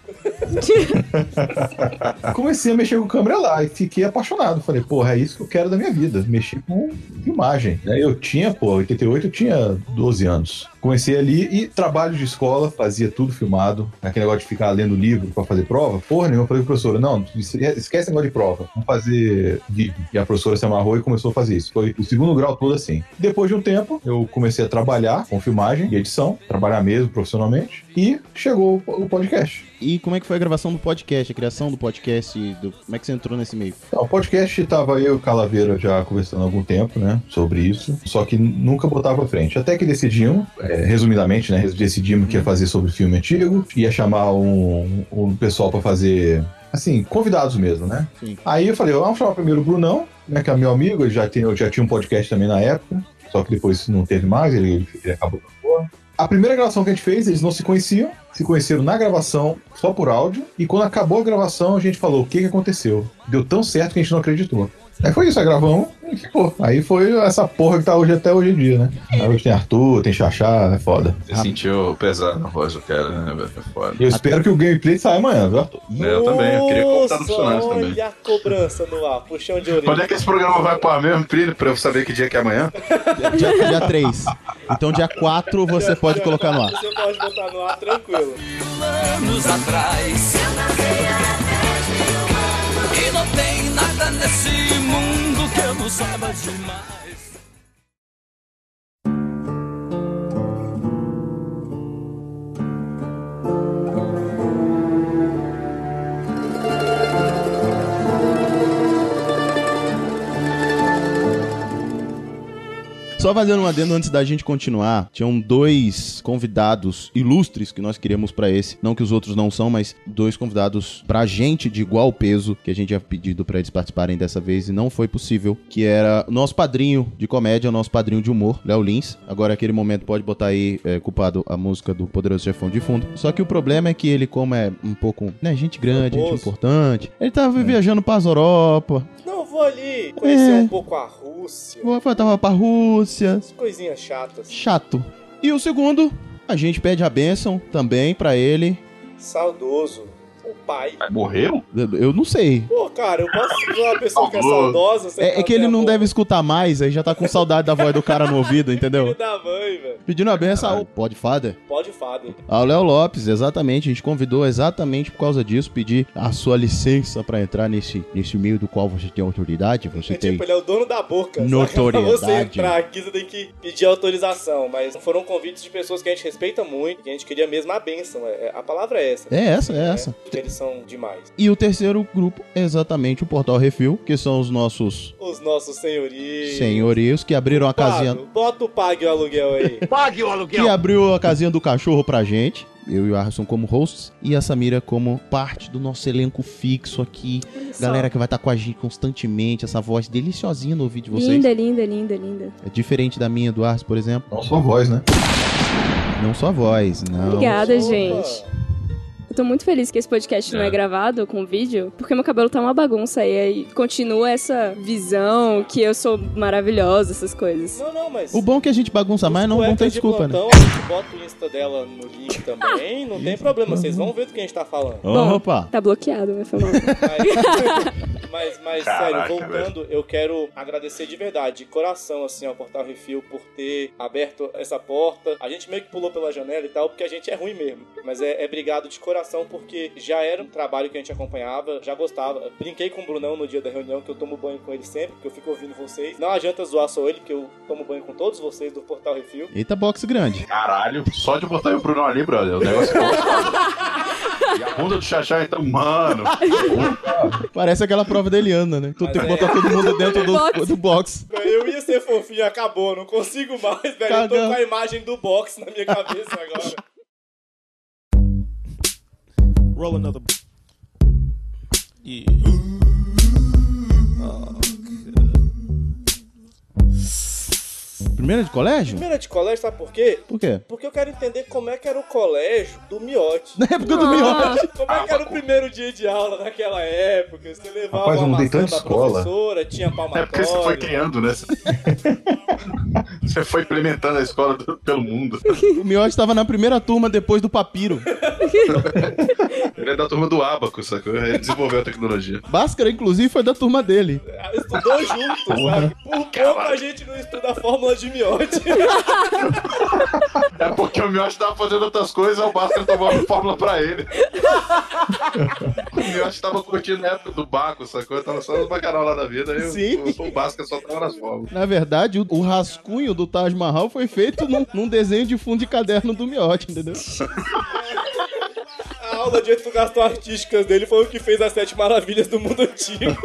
[SPEAKER 8] Comecei a mexer com câmera lá e fiquei apaixonado. Falei, porra, é isso que eu quero da minha vida. Mexer com filmagem. né? Eu tinha, pô, 88 eu tinha 12 anos. Comecei ali e trabalho de escola, fazia tudo filmado. Aquele negócio de ficar lendo livro pra fazer prova. Porra nenhuma, eu falei pro professora, não, isso- esquece esse negócio de prova. Vamos fazer vídeo. E a professora se amarrou e começou a fazer isso. Foi o segundo grau todo assim. Depois de um tempo, eu comecei a trabalhar com filmagem e edição. Trabalhar mesmo, profissionalmente. E chegou o podcast.
[SPEAKER 2] E como é que foi a gravação do podcast, a criação do podcast? do- Como é que você entrou nesse meio?
[SPEAKER 8] Então, o podcast tava eu e o Calaveira já conversando há algum tempo, né? Sobre isso. Só que nunca botava pra frente. Até que decidimos, é, resumidamente, né? Decidimos que ia fazer sobre filme antigo, ia chamar um, um pessoal pra fazer. Assim, convidados mesmo, né?
[SPEAKER 2] Sim.
[SPEAKER 8] Aí eu falei, vamos chamar primeiro o Brunão, né? Que é meu amigo, ele já, tem, já tinha um podcast também na época. Só que depois não teve mais, ele, ele acabou com a porra. A primeira gravação que a gente fez, eles não se conheciam, se conheceram na gravação, só por áudio, e quando acabou a gravação, a gente falou o que, que aconteceu. Deu tão certo que a gente não acreditou. Aí foi isso, aí gravamos e ficou. Aí foi essa porra que tá hoje até hoje em dia, né? Aí hoje tem Arthur, tem Xaxá, é foda.
[SPEAKER 5] Você sentiu pesar na voz do cara, né, velho? É foda.
[SPEAKER 8] Eu espero que o gameplay saia amanhã, viu, Arthur?
[SPEAKER 5] É, eu também, eu queria contar dos
[SPEAKER 3] Nossa,
[SPEAKER 5] funcionários
[SPEAKER 3] olha
[SPEAKER 5] também.
[SPEAKER 3] a cobrança no ar, puxão de orelha.
[SPEAKER 5] Quando é que esse programa vai para mesmo, Plínio, pra eu saber que dia que é amanhã?
[SPEAKER 2] Dia, dia 3. Então, dia 4 você pode colocar no ar.
[SPEAKER 3] Você pode botar no ar tranquilo.
[SPEAKER 7] Anos atrás. E não tem nada nesse mundo que eu não saiba demais.
[SPEAKER 2] Só fazendo um adendo antes da gente continuar, tinham dois convidados ilustres que nós queríamos pra esse. Não que os outros não são, mas dois convidados pra gente de igual peso que a gente tinha pedido pra eles participarem dessa vez e não foi possível. Que era o nosso padrinho de comédia, o nosso padrinho de humor, Léo Lins. Agora, aquele momento, pode botar aí, é, culpado, a música do Poderoso Chefão de fundo. Só que o problema é que ele, como é um pouco, né, gente grande, gente
[SPEAKER 3] Famoso.
[SPEAKER 2] importante, ele tava viajando pras Europa,
[SPEAKER 3] Não, vou ali conhecer
[SPEAKER 2] É.
[SPEAKER 3] um pouco a Rússia.
[SPEAKER 2] tava pra Rússia,
[SPEAKER 3] Coisinhas chatas.
[SPEAKER 2] chato. E o segundo, a gente pede a bênção também pra ele.
[SPEAKER 3] Saudoso. O pai.
[SPEAKER 5] Ah, Morreu?
[SPEAKER 2] Eu não sei.
[SPEAKER 3] Pô, cara, eu posso ser uma pessoa que é saudosa? sem
[SPEAKER 2] É, é que
[SPEAKER 3] fazer
[SPEAKER 2] ele não
[SPEAKER 3] amor?
[SPEAKER 2] deve escutar mais, aí já tá com saudade da voz do cara no ouvido, entendeu?
[SPEAKER 3] Filho da mãe, velho.
[SPEAKER 2] Pedindo a benção. Pode, Father?
[SPEAKER 3] Pode É fada.
[SPEAKER 2] Ao Léo Lopes, exatamente. A gente convidou exatamente por causa disso, pedir a sua licença pra entrar nesse, nesse meio do qual você tem autoridade. Você
[SPEAKER 3] É
[SPEAKER 2] tem.
[SPEAKER 3] tipo, ele é o dono da boca. saca?
[SPEAKER 2] Notoriedade.
[SPEAKER 3] Pra você entrar aqui, você tem que pedir autorização. Mas foram convites de pessoas que a gente respeita muito, que a gente queria mesmo a bênção. é- é- a palavra é essa.
[SPEAKER 2] É essa, é essa.
[SPEAKER 3] Porque eles são demais.
[SPEAKER 2] E o terceiro grupo é exatamente o Portal Refil, que são os nossos
[SPEAKER 3] Os nossos senhorios.
[SPEAKER 2] senhorios que abriram a casinha.
[SPEAKER 3] Pablo, Bota o pague o aluguel aí.
[SPEAKER 2] que abriu a casinha do cachorro pra gente. eu e o Arson como hosts e a Samira como parte do nosso elenco fixo aqui.
[SPEAKER 6] Só.
[SPEAKER 2] Galera que vai estar com a gente constantemente, essa voz deliciosinha no ouvido de vocês.
[SPEAKER 6] Linda, linda, linda, linda.
[SPEAKER 2] É diferente da minha, do Arson, por exemplo.
[SPEAKER 8] Não só voz, né?
[SPEAKER 2] Não só a voz, não.
[SPEAKER 6] Obrigada,
[SPEAKER 3] Opa!
[SPEAKER 6] gente. Eu tô muito feliz que esse podcast não é gravado com vídeo, porque meu cabelo tá uma bagunça e aí continua essa visão que eu sou maravilhosa, essas coisas.
[SPEAKER 3] Não, não, mas.
[SPEAKER 2] O bom é que a gente bagunça mais, não vão
[SPEAKER 3] Cuecas
[SPEAKER 2] ter
[SPEAKER 3] de
[SPEAKER 2] desculpa, né?
[SPEAKER 3] plantão, A gente bota o Insta dela no link também, não tem problema, vocês
[SPEAKER 2] uhum.
[SPEAKER 3] vão ver do que a gente tá falando.
[SPEAKER 6] Bom.
[SPEAKER 2] Opa!
[SPEAKER 6] Tá bloqueado, né, Fernando?
[SPEAKER 3] Mas, mas, mas, sério,
[SPEAKER 5] Caraca,
[SPEAKER 3] voltando, eu quero agradecer de verdade, de coração, assim, ao Portal Refil por ter aberto essa porta. A gente meio que pulou pela janela e tal, porque a gente é ruim mesmo. Mas é, é obrigado de coração, porque já era um trabalho que a gente acompanhava, já gostava. Brinquei com o Brunão no dia da reunião, que eu tomo banho com ele sempre, porque eu fico ouvindo vocês. Não adianta zoar só ele, que eu tomo banho com todos vocês do Portal Refil.
[SPEAKER 2] Eita, box grande.
[SPEAKER 5] Caralho, só de botar o Bruno ali, brother. O negócio é E a bunda do Xaxá, então, mano.
[SPEAKER 2] Parece aquela prova da Eliana, né? Tu
[SPEAKER 3] Mas
[SPEAKER 2] tem que
[SPEAKER 3] é.
[SPEAKER 2] botar todo mundo dentro do,
[SPEAKER 6] Box.
[SPEAKER 2] do box.
[SPEAKER 3] Eu ia ser fofinho, acabou, não consigo mais, velho. Eu tô
[SPEAKER 2] Cagão.
[SPEAKER 3] com a imagem do box na minha cabeça agora.
[SPEAKER 10] Roll another. Yeah.
[SPEAKER 2] Primeira de colégio?
[SPEAKER 3] Primeira de colégio, sabe por quê?
[SPEAKER 2] Por quê?
[SPEAKER 3] Porque eu quero entender como é que era o colégio do Miote.
[SPEAKER 2] Na época do
[SPEAKER 6] Ah.
[SPEAKER 2] Miote.
[SPEAKER 3] Como é que era o primeiro dia de aula daquela época? Você levava
[SPEAKER 8] Rapaz, eu
[SPEAKER 3] uma
[SPEAKER 8] mudei
[SPEAKER 3] maçã
[SPEAKER 8] tanto
[SPEAKER 3] da
[SPEAKER 8] de escola.
[SPEAKER 3] professora, tinha
[SPEAKER 5] É porque você foi
[SPEAKER 3] palmatório.
[SPEAKER 5] criando, né? Você foi implementando a escola do- pelo mundo.
[SPEAKER 2] O Miotti estava na primeira turma depois do Papiro.
[SPEAKER 5] Ele é da turma do Abaco, sacou? Ele desenvolveu a tecnologia.
[SPEAKER 2] Báscara, inclusive, foi da turma dele.
[SPEAKER 3] Estudou junto, sabe? Por pouco a gente não estuda a fórmula de Miote.
[SPEAKER 5] É porque o Miotti tava fazendo outras coisas, o Bhaskara tomava fórmula pra ele. O Miotti tava curtindo a época do Baco, sacou? Tava só nos bacanal lá da vida, aí o-
[SPEAKER 2] Sim.
[SPEAKER 5] o, o Bhaskara só tava nas fórmulas.
[SPEAKER 2] Na verdade, o, o rascunho do Taj Mahal foi feito num, num desenho de fundo de caderno do Miotti, entendeu?
[SPEAKER 3] A aula de educação artísticas dele foi o que fez as sete maravilhas do mundo antigo.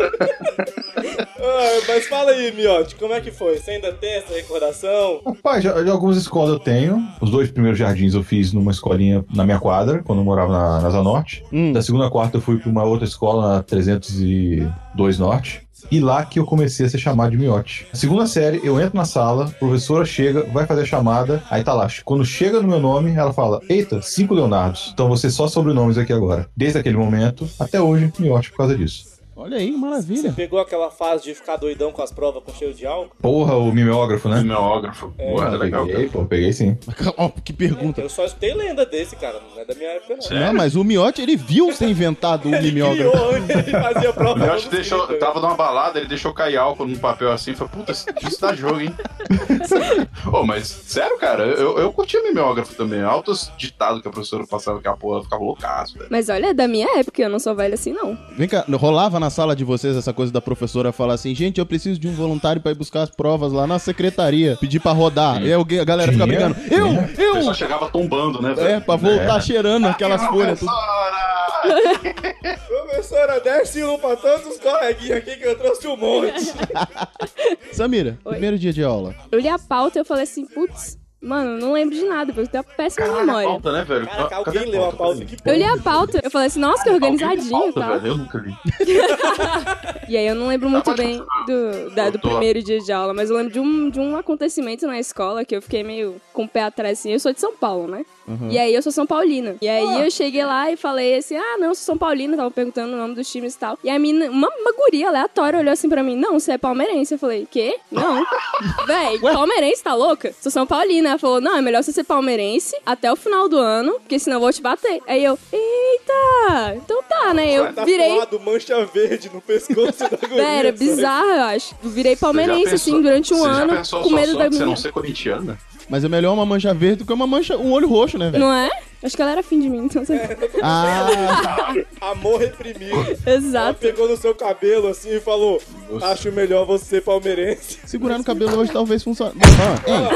[SPEAKER 3] Ah, mas fala aí, Miote, como é que foi? Você ainda tem essa recordação?
[SPEAKER 8] Rapaz, de, de algumas escolas eu tenho. Os dois primeiros jardins eu fiz numa escolinha na minha quadra, quando eu morava na, na Asa Norte.
[SPEAKER 2] Hum.
[SPEAKER 8] Da segunda a quarta eu fui pra uma outra escola na 302 Norte. E lá que eu comecei a ser chamado de miote. Segunda série, eu entro na sala, a professora chega, vai fazer a chamada, aí tá lá. Quando chega no meu nome, ela fala: Eita, cinco Leonardos. Então você só sobrenomes aqui agora. Desde aquele momento, até hoje, miote por causa disso.
[SPEAKER 2] Olha aí,
[SPEAKER 3] Você
[SPEAKER 2] maravilha.
[SPEAKER 3] pegou aquela fase de ficar doidão com as provas com cheio de álcool?
[SPEAKER 8] Porra, o mimeógrafo, né?
[SPEAKER 5] Mimeógrafo. Porra,
[SPEAKER 8] Eu
[SPEAKER 5] É, legal.
[SPEAKER 8] peguei, pô, peguei sim.
[SPEAKER 2] Ó, que pergunta.
[SPEAKER 3] Eu só escutei lenda desse, cara. Não é da minha época, não.
[SPEAKER 2] Não, Né, mas o Miotti, ele viu ser inventado o
[SPEAKER 5] É,
[SPEAKER 3] Ele
[SPEAKER 2] mimeógrafo.
[SPEAKER 3] criou, ele fazia
[SPEAKER 5] O
[SPEAKER 3] prova.
[SPEAKER 5] Miotti
[SPEAKER 3] todo
[SPEAKER 5] deixou, tá.
[SPEAKER 3] escrito.
[SPEAKER 5] tava numa balada, ele deixou cair álcool num papel assim, falou, puta, isso- isso dá jogo, hein? Ô, mas, sério, cara, eu, eu curtia mimeógrafo também. Altos ditados que a professora passava que a porra ficava loucaço, velho.
[SPEAKER 6] Mas olha, é da minha época, eu não sou velha assim, não.
[SPEAKER 2] Vem cá, rolava na sala de vocês essa coisa da professora falar assim, gente, eu preciso de um voluntário pra ir buscar as provas lá na secretaria, pedir pra rodar. E aí alguém- a galera fica
[SPEAKER 8] Tinha?
[SPEAKER 2] brigando, eu,
[SPEAKER 5] O pessoal
[SPEAKER 2] eu!
[SPEAKER 5] chegava tombando, né,
[SPEAKER 2] É,
[SPEAKER 5] velho?
[SPEAKER 2] pra voltar cheirando aquelas folhas. tudo.
[SPEAKER 5] Professora!
[SPEAKER 3] Professora, desce um pra tantos coleguinhas aqui que eu trouxe um monte.
[SPEAKER 2] Samira,
[SPEAKER 6] Oi.
[SPEAKER 2] primeiro dia de aula.
[SPEAKER 6] Eu li a pauta e eu falei assim, putz, mano, não lembro de nada, porque eu tenho uma péssima
[SPEAKER 5] Caralho, a
[SPEAKER 6] memória.
[SPEAKER 5] pauta, né, velho?
[SPEAKER 3] Caraca,
[SPEAKER 5] Cadê
[SPEAKER 3] alguém leu a pauta
[SPEAKER 5] velho?
[SPEAKER 3] que
[SPEAKER 6] Eu li a pauta, eu falei assim, nossa, que
[SPEAKER 5] Alguém leu a
[SPEAKER 6] organizadinho tá? e
[SPEAKER 5] pauta,
[SPEAKER 6] tal.
[SPEAKER 5] velho? Eu nunca li.
[SPEAKER 6] E aí eu não lembro muito bem do, da-
[SPEAKER 5] Então,
[SPEAKER 6] do
[SPEAKER 5] Eu tô-
[SPEAKER 6] primeiro dia de aula, mas eu lembro de um, de um acontecimento na escola que eu fiquei meio com o pé atrás, assim. Eu sou de São Paulo, né?
[SPEAKER 5] Uhum.
[SPEAKER 6] E aí eu sou São Paulina. E aí eu cheguei lá e falei assim, ah, não, eu sou São Paulina, tava perguntando o nome dos times e tal. E a menina, uma, uma guria aleatória olhou assim pra mim, não, você é palmeirense. Eu falei, quê? Não. Véi, palmeirense, tá louca? Sou São Paulina. Ela falou, não, é melhor você ser palmeirense até o final do ano, porque senão eu vou te bater. Aí eu, eita, então tá, né? Eu virei...
[SPEAKER 3] Tatuado mancha verde no pescoço da guria.
[SPEAKER 6] Pera, é
[SPEAKER 3] sabe?
[SPEAKER 6] bizarro, eu acho. Virei
[SPEAKER 5] Você já
[SPEAKER 6] palmeirense,
[SPEAKER 5] pensou-
[SPEAKER 6] assim, durante um
[SPEAKER 5] você
[SPEAKER 6] ano,
[SPEAKER 5] já pensou a
[SPEAKER 6] com
[SPEAKER 5] sua
[SPEAKER 6] medo da
[SPEAKER 5] sorte Você
[SPEAKER 6] minha.
[SPEAKER 5] não ser corintiana?
[SPEAKER 2] Mas é melhor uma mancha verde do que uma mancha, um olho roxo, né, velho?
[SPEAKER 6] Não é? Acho que ela era fim de mim, então. sei lá.
[SPEAKER 2] Ah,
[SPEAKER 3] Amor reprimido. Ela
[SPEAKER 6] Exato.
[SPEAKER 3] pegou no seu cabelo assim e falou: Acho melhor você ser palmeirense.
[SPEAKER 2] segurar no cabelo hoje talvez funcione. Não, não, hein?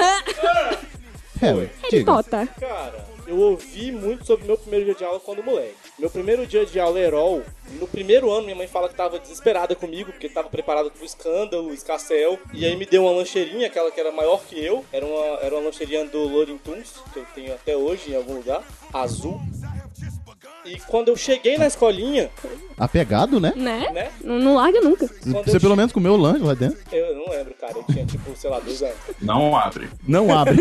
[SPEAKER 2] É, diga.
[SPEAKER 6] Tota.
[SPEAKER 3] Cara, eu ouvi muito sobre meu primeiro dia de aula quando moleque. Meu primeiro dia de aula, Herol, No primeiro ano, minha mãe fala que tava desesperada comigo, porque tava preparada pro escândalo, escarcel. E aí me deu uma lancheirinha, aquela que era maior que eu. Era uma, era uma lancheirinha do Lorin Tunes, que eu tenho até hoje em algum lugar, azul. E quando eu cheguei na escolinha,
[SPEAKER 2] Apegado, né?
[SPEAKER 6] Né?
[SPEAKER 3] né?
[SPEAKER 6] Não, não larga nunca.
[SPEAKER 3] Quando
[SPEAKER 2] Você
[SPEAKER 3] eu
[SPEAKER 2] pelo menos comeu o lanche lá dentro.
[SPEAKER 3] Eu não lembro, cara. Eu tinha, tipo, sei lá, dois anos.
[SPEAKER 5] Não abre.
[SPEAKER 2] Não abre.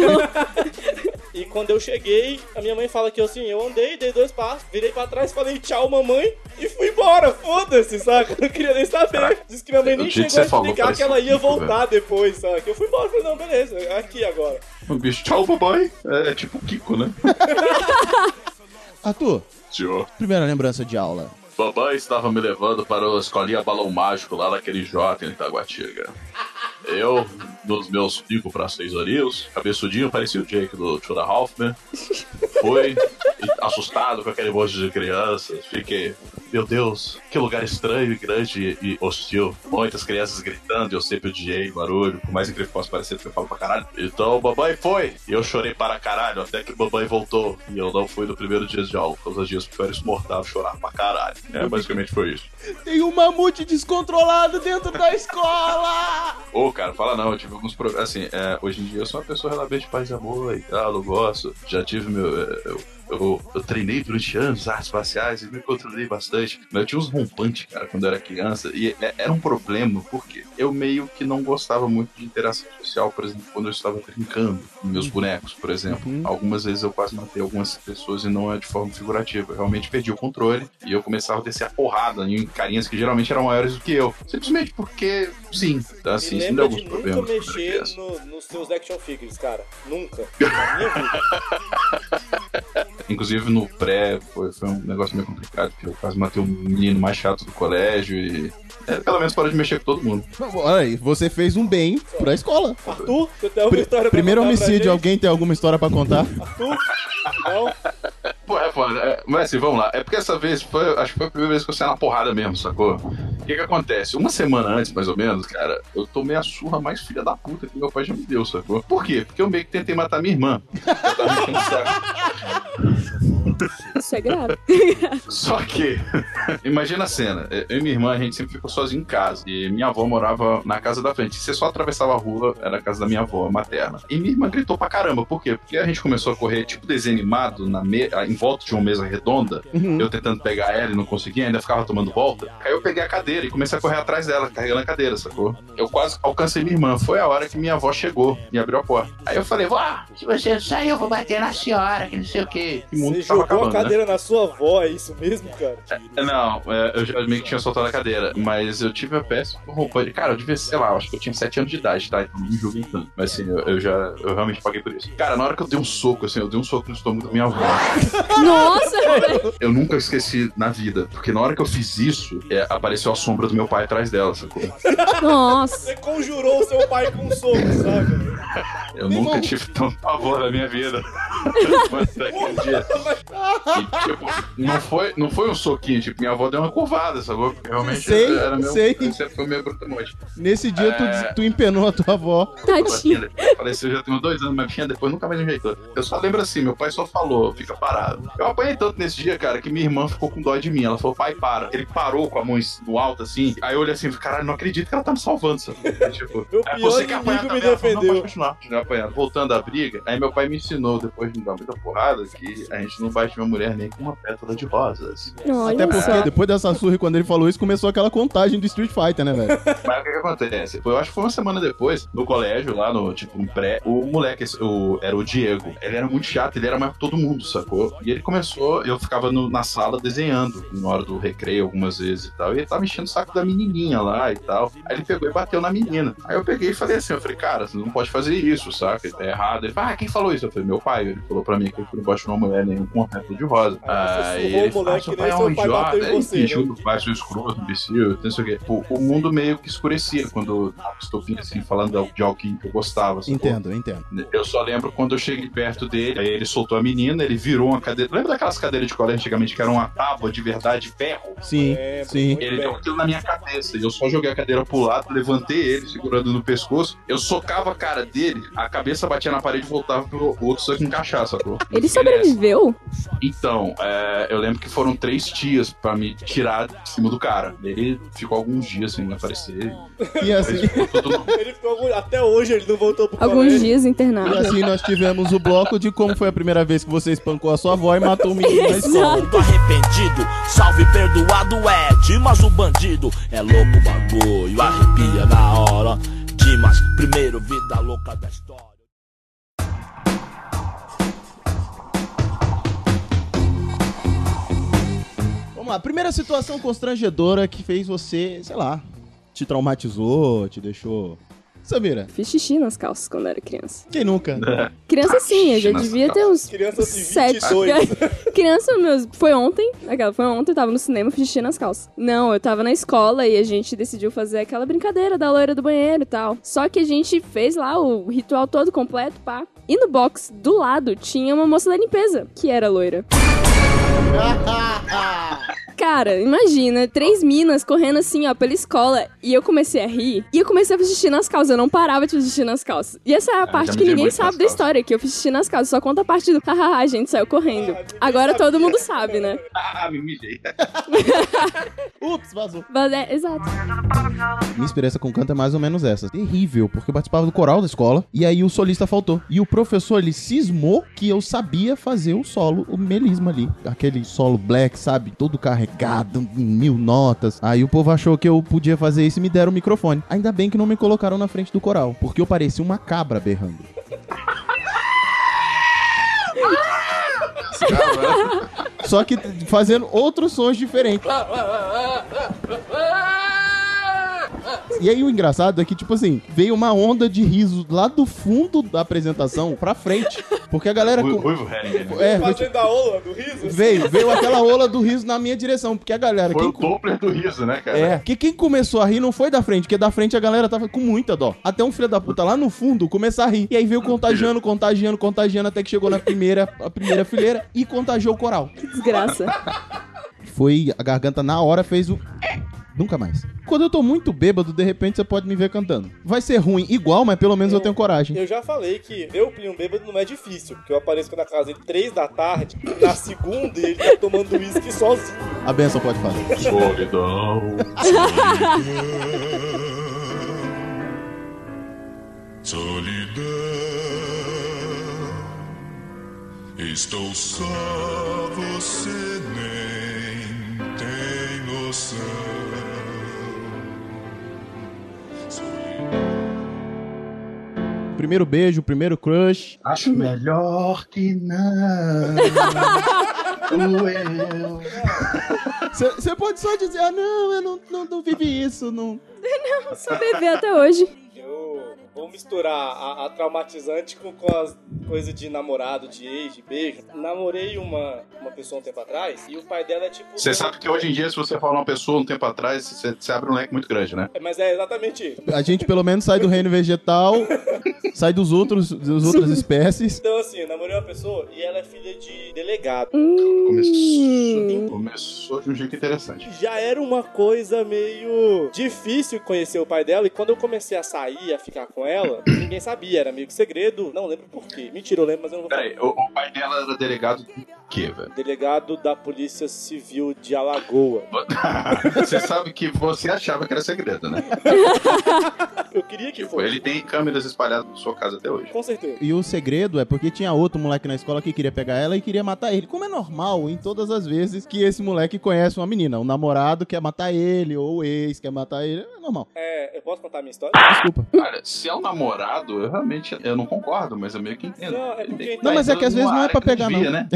[SPEAKER 3] E quando eu cheguei, a minha mãe fala que eu, assim, eu andei, dei dois passos, virei pra trás, falei tchau, mamãe, e fui embora. Foda-se, saca? Eu não queria nem saber. Diz que minha mãe
[SPEAKER 5] O
[SPEAKER 3] nem
[SPEAKER 5] jeito que
[SPEAKER 3] chegou a
[SPEAKER 5] você falou
[SPEAKER 3] explicar que
[SPEAKER 5] parece
[SPEAKER 3] ela
[SPEAKER 5] um
[SPEAKER 3] ia
[SPEAKER 5] tipo,
[SPEAKER 3] voltar depois, saca? Eu fui embora, falei, não, beleza, é aqui agora.
[SPEAKER 5] O bicho, tchau, papai. É, tipo o Kiko, né?
[SPEAKER 2] Arthur,
[SPEAKER 5] Tio.
[SPEAKER 2] primeira lembrança de aula.
[SPEAKER 5] Papai estava me levando para a escolinha Balão Mágico lá naquele J em Itaguatinga. Eu, nos meus cinco para seis aninhos, cabeçudinho, parecia o Jake do Tuna Hoffman. Foi assustado com aquele monte de crianças. Fiquei, meu Deus, que lugar estranho, e grande e hostil. Muitas crianças gritando, e eu sempre odiei o barulho, por mais incrível que possa parecer, porque eu falo pra caralho. Então o babãe foi, e eu chorei para caralho, até que o babãe voltou. E eu não fui no primeiro dia de aula, por causa disso, porque eu era insuportável chorar pra caralho. É, basicamente foi isso.
[SPEAKER 2] Tem um mamute descontrolado dentro da escola!
[SPEAKER 5] Ô, cara, fala não, eu tive alguns problemas. Assim, é, hoje em dia eu sou uma pessoa relativamente de paz e amor e tal, eu gosto. Já tive meu. é, Eu, eu, eu treinei durante anos artes marciais e me controlei bastante. Mas eu tinha uns rompantes, cara, quando eu era criança. E é- era um problema, porque eu meio que não gostava muito de interação social, por exemplo, quando eu estava brincando com meus
[SPEAKER 3] Uhum.
[SPEAKER 5] bonecos, por exemplo. Algumas vezes eu quase matei algumas pessoas e não é de forma figurativa. Eu realmente perdi o controle e eu começava a descer a porrada em carinhas que geralmente eram maiores do que eu. Simplesmente porque, sim. Então, assim,
[SPEAKER 3] Me
[SPEAKER 5] isso me
[SPEAKER 3] lembra
[SPEAKER 5] deu alguns
[SPEAKER 3] de nunca
[SPEAKER 5] problemas. quando eu era
[SPEAKER 3] mexer
[SPEAKER 5] criança.
[SPEAKER 3] no- nos seus action figures, cara. Nunca. Na minha vida.
[SPEAKER 5] Inclusive no pré foi, foi um negócio meio complicado, porque eu quase matei o menino mais chato do colégio e. é, pelo menos parou de mexer com todo mundo.
[SPEAKER 2] Olha aí, você fez um bem pra escola.
[SPEAKER 3] Arthur, você tem alguma
[SPEAKER 2] Pri-
[SPEAKER 3] história pra
[SPEAKER 2] primeiro
[SPEAKER 3] contar pra gente?
[SPEAKER 2] homicídio, alguém tem alguma história pra contar?
[SPEAKER 3] Arthur? Não?
[SPEAKER 5] Pô, é, pô, é, mas assim, vamos lá. É porque essa vez, foi, acho que foi a primeira vez que eu saí na porrada mesmo, sacou? O que que acontece? Uma semana antes, mais ou menos, cara, eu tomei a surra mais filha da puta que meu pai já me deu, sacou? Por quê? Porque eu meio que tentei matar minha irmã. Eu tava mexendo no saco.
[SPEAKER 6] Isso é grave.
[SPEAKER 5] Só que, imagina a cena. Eu e minha irmã, a gente sempre ficou sozinho em casa. E minha avó morava na casa da frente. Você só atravessava a rua, era a casa da minha avó materna. E minha irmã gritou pra caramba. Por quê? Porque a gente começou a correr, tipo, desenho animado, na me... em volta de uma mesa redonda.
[SPEAKER 3] Uhum.
[SPEAKER 5] Eu tentando pegar ela e não conseguia, ainda ficava tomando volta. Aí eu peguei a cadeira e comecei a correr atrás dela, carregando a cadeira, sacou? Eu quase alcancei minha irmã. Foi a hora que minha avó chegou e abriu a porta. Aí eu falei, vó, se você não sair, eu vou bater na senhora, que não sei o quê. E o mundo
[SPEAKER 3] Você
[SPEAKER 5] tava
[SPEAKER 3] jogou
[SPEAKER 5] acabando,
[SPEAKER 3] a
[SPEAKER 5] né?
[SPEAKER 3] cadeira na sua avó, é isso mesmo, cara?
[SPEAKER 5] É, Não, é, eu já meio que tinha soltado a cadeira, mas eu tive a peça com roupa de. Cara, eu devia, sei lá, eu acho que eu tinha 7 anos de idade, tá? Então não me julguem tanto. Mas assim, eu, eu já. Eu realmente paguei por isso. Cara, na hora que eu dei um soco, assim, eu dei um soco no estômago da minha avó.
[SPEAKER 6] Nossa, velho.
[SPEAKER 5] Eu nunca esqueci na vida, porque na hora que eu fiz isso, é, apareceu a sombra do meu pai atrás dela, sacou?
[SPEAKER 6] Nossa.
[SPEAKER 3] Você conjurou o seu pai com um soco, sabe?
[SPEAKER 5] Eu nunca tive tanto pavor na minha vida. Mas daquele dia. E, tipo, não foi, não foi um soquinho, tipo, minha avó deu uma curvada, sacou? Porque realmente
[SPEAKER 2] Sei,
[SPEAKER 5] era meu.
[SPEAKER 2] sei.
[SPEAKER 5] Sempre foi meio brutamonte.
[SPEAKER 2] Nesse dia tu, des- tu empenou a tua avó.
[SPEAKER 6] Tadinho.
[SPEAKER 5] Faleceu já tenho dois anos, mas minha depois nunca mais ajeitou. Eu só lembro assim, meu pai só falou, fica parado. Eu apanhei tanto nesse dia, cara, que minha irmã ficou com dó de mim. Ela falou, pai, para. Ele parou com a mão em- no alto, assim. Aí eu olhei assim, caralho, não acredito que ela tá me salvando, sabe? Tipo,
[SPEAKER 3] Meu
[SPEAKER 5] é,
[SPEAKER 3] pior
[SPEAKER 5] você que apanhar
[SPEAKER 3] inimigo me
[SPEAKER 5] também, ela falou, não,
[SPEAKER 3] defendeu.
[SPEAKER 5] pode continuar. Continuar apanhando. Voltando à briga, aí meu pai me ensinou, depois de me dar muita porrada, que a gente não bate uma mulher nem com uma pétala de rosas.
[SPEAKER 6] Olha
[SPEAKER 2] Até porque
[SPEAKER 6] só.
[SPEAKER 2] depois dessa surra, quando ele falou isso, começou aquela contagem do Street Fighter, né, velho?
[SPEAKER 5] Mas o que, que acontece? Foi- Eu acho que foi uma semana depois, no colégio, lá no, tipo, no pré, o moleque, esse- o, era o Diego. Ele era muito chato, ele era mais que todo mundo, sacou? E ele começou, eu ficava no- na sala desenhando, na hora do recreio, algumas vezes e tal. E ele tava enchendo o saco da menininha lá e tal. Aí ele pegou e bateu na menina. Aí eu peguei e falei assim, eu falei, cara, você não pode fazer isso, saca? É errado. Ele falou, ah, quem falou isso? Eu falei, meu pai. Ele falou pra mim que eu não gosto de uma mulher nenhuma com uma reta de rosa.
[SPEAKER 3] Aí você
[SPEAKER 5] Aí
[SPEAKER 3] surrou
[SPEAKER 5] ele
[SPEAKER 3] o moleque,
[SPEAKER 5] ah, seu
[SPEAKER 3] né?
[SPEAKER 5] pai é
[SPEAKER 3] Seu
[SPEAKER 5] um
[SPEAKER 3] pai
[SPEAKER 5] idiota,
[SPEAKER 3] bateu em
[SPEAKER 5] ele
[SPEAKER 3] você,
[SPEAKER 5] fingiu
[SPEAKER 3] né?
[SPEAKER 5] do pai, seu um escroto, imbecil, não sei o quê. Pô, o mundo meio que escurecia quando eu estupim, assim, falando de alguém que eu gostava. sacou?
[SPEAKER 2] Entendo, entendo.
[SPEAKER 5] Eu só lembro quando eu cheguei perto dele, aí ele soltou a menina, ele virou uma cadeira. Lembra daquelas cadeiras de colégio antigamente que era uma tábua de verdade de ferro?
[SPEAKER 3] É,
[SPEAKER 2] Sim, sim.
[SPEAKER 5] Ele deu aquilo na minha cabeça cabeça. E eu só joguei a cadeira pro lado, levantei ele, segurando no pescoço. Eu socava a cara dele, a cabeça batia na parede e voltava pro outro, só que encaixar, sacou?
[SPEAKER 6] Ele sobreviveu?
[SPEAKER 5] Então, é, eu lembro que foram três dias pra me tirar de cima do cara. Ele ficou alguns dias sem aparecer.
[SPEAKER 2] E assim,
[SPEAKER 5] Mas todo mundo-
[SPEAKER 3] Ele ficou algum- Até hoje ele não voltou pro colégio.
[SPEAKER 6] Alguns dias
[SPEAKER 2] e
[SPEAKER 6] internado.
[SPEAKER 2] assim nós tivemos o bloco de como foi a primeira vez que você espancou a sua avó e matou um menino na escola.
[SPEAKER 7] Tô arrependido, salve perdoado é Dimas o bandido, é louco o bagulho, arrepia na hora Dimas, primeiro vida louca da história
[SPEAKER 2] Vamos lá, primeira situação constrangedora que fez você, sei lá, te traumatizou, te deixou. Samira,
[SPEAKER 6] Fiz xixi nas calças quando era criança.
[SPEAKER 2] quem nunca?
[SPEAKER 6] Criança sim, eu já
[SPEAKER 5] Nas
[SPEAKER 6] devia ter uns
[SPEAKER 3] Criança de
[SPEAKER 6] Sete.
[SPEAKER 3] 22.
[SPEAKER 6] Criança, meus. Foi ontem. Aquela, foi ontem, eu tava no cinema, fiz xixi nas calças. Não, eu tava na escola e a gente decidiu fazer aquela brincadeira da loira do banheiro e tal. Só que a gente fez lá o ritual todo completo, pá. E no box do lado tinha uma moça da limpeza, que era loira. Cara, imagina, três minas correndo assim, ó, pela escola. E eu comecei a rir. E eu comecei a fazer xixi nas calças. Eu não parava de fazer xixi nas calças. E essa é a
[SPEAKER 5] Ah, já
[SPEAKER 6] parte
[SPEAKER 5] me
[SPEAKER 6] que
[SPEAKER 5] dei
[SPEAKER 6] ninguém
[SPEAKER 5] muito nas
[SPEAKER 6] sabe da
[SPEAKER 5] calças.
[SPEAKER 6] história, que eu fiz xixi nas calças. Só conta a parte do hahaha, a gente saiu correndo. Agora todo mundo sabe, né?
[SPEAKER 5] Ah, me mijei.
[SPEAKER 2] Ups, vazou.
[SPEAKER 6] Mas é, exato.
[SPEAKER 2] Minha experiência com canto é mais ou menos essa. Terrível, porque eu participava do coral da escola e aí o solista faltou. E o professor, ele cismou que eu sabia fazer o solo, o melisma ali. Aquele solo black, sabe? Todo carregado, mil notas. Aí o povo achou que eu podia fazer isso e me deram o microfone. Ainda bem que não me colocaram na frente do coral, porque eu parecia uma cabra berrando. Só que fazendo outros sons diferentes. E aí o engraçado é que, tipo assim, veio uma onda de riso lá do fundo da apresentação pra frente. Porque a galera.
[SPEAKER 5] Ru-
[SPEAKER 2] co-
[SPEAKER 5] Ruivo né? Henning.
[SPEAKER 2] É, veio, tipo,
[SPEAKER 3] Fazendo a aula do riso.
[SPEAKER 2] veio, veio aquela onda do riso na minha direção. Porque a galera.
[SPEAKER 5] assim. Foi
[SPEAKER 2] quem
[SPEAKER 5] o
[SPEAKER 2] co-
[SPEAKER 5] Doppler do riso, né, cara?
[SPEAKER 2] é, porque quem começou a rir não foi da frente, porque da frente a galera tava com muita dó. Até um filho da puta lá no fundo começar a rir. E aí veio contagiando, contagiando, contagiando, até que chegou na primeira, a primeira fileira e contagiou o coral.
[SPEAKER 6] Que desgraça.
[SPEAKER 2] Foi, a garganta na hora fez o. é, Nunca mais. Quando eu tô muito bêbado, de repente você pode me ver cantando. Vai ser ruim igual, mas pelo menos eu, tenho coragem.
[SPEAKER 3] Eu já falei que eu pli um bêbado não é difícil, porque eu apareço na casa dele três da tarde, na segunda e ele tá tomando uísque sozinho.
[SPEAKER 2] A benção pode fazer.
[SPEAKER 5] Solidão.
[SPEAKER 9] Estou só, você nem tem noção.
[SPEAKER 2] Primeiro beijo, primeiro crush.
[SPEAKER 8] Acho melhor que não. Ué.
[SPEAKER 2] Você pode só dizer, ah, não, eu não, não, não vivi isso, não.
[SPEAKER 6] Eu sou bebê até hoje.
[SPEAKER 3] Eu vou misturar a, a traumatizante com, com as coisas de namorado, de ex, de beijo. Namorei uma, uma pessoa um tempo atrás e o pai dela é tipo.
[SPEAKER 5] Você sabe que hoje em dia, se você falar uma pessoa um tempo atrás, você, você abre um leque muito grande, né?
[SPEAKER 3] É, Mas é exatamente isso.
[SPEAKER 2] A gente pelo menos sai do reino vegetal, sai dos outros, das outras espécies.
[SPEAKER 3] Então, assim, eu namorei uma pessoa e ela é filha de delegado.
[SPEAKER 5] Começou, começou de um jeito interessante.
[SPEAKER 3] Já era uma coisa meio difícil conhecer o pai dela. E quando eu comecei a sair, a ficar com ela, ninguém sabia, era meio que segredo. Não lembro por quê. Mentira, eu lembro, mas eu não vou falar.
[SPEAKER 5] Peraí, o, o pai dela era delegado do quê, velho?
[SPEAKER 3] Delegado da Polícia Civil de Alagoa.
[SPEAKER 5] Você sabe que você achava que era segredo, né?
[SPEAKER 3] Eu queria que
[SPEAKER 5] Tipo,
[SPEAKER 3] fosse.
[SPEAKER 5] ele tem câmeras espalhadas na sua casa até hoje.
[SPEAKER 3] Com certeza.
[SPEAKER 2] E o segredo é porque tinha outro moleque na escola que queria pegar ela e queria matar ele. Como é normal em todas as vezes que esse moleque conhece uma menina. O namorado quer matar ele, ou o ex quer matar ele. É normal.
[SPEAKER 3] É, eu posso contar a minha história?
[SPEAKER 2] Desculpa.
[SPEAKER 5] Cara, se é um namorado, eu realmente eu não concordo, mas eu meio que entendo.
[SPEAKER 3] Não, é
[SPEAKER 5] Ele
[SPEAKER 3] porque-
[SPEAKER 5] tem
[SPEAKER 2] Não, mas é que às vezes
[SPEAKER 5] numa
[SPEAKER 2] não é
[SPEAKER 5] área
[SPEAKER 2] pra
[SPEAKER 5] que
[SPEAKER 2] pegar,
[SPEAKER 5] desvia,
[SPEAKER 2] não.
[SPEAKER 5] né?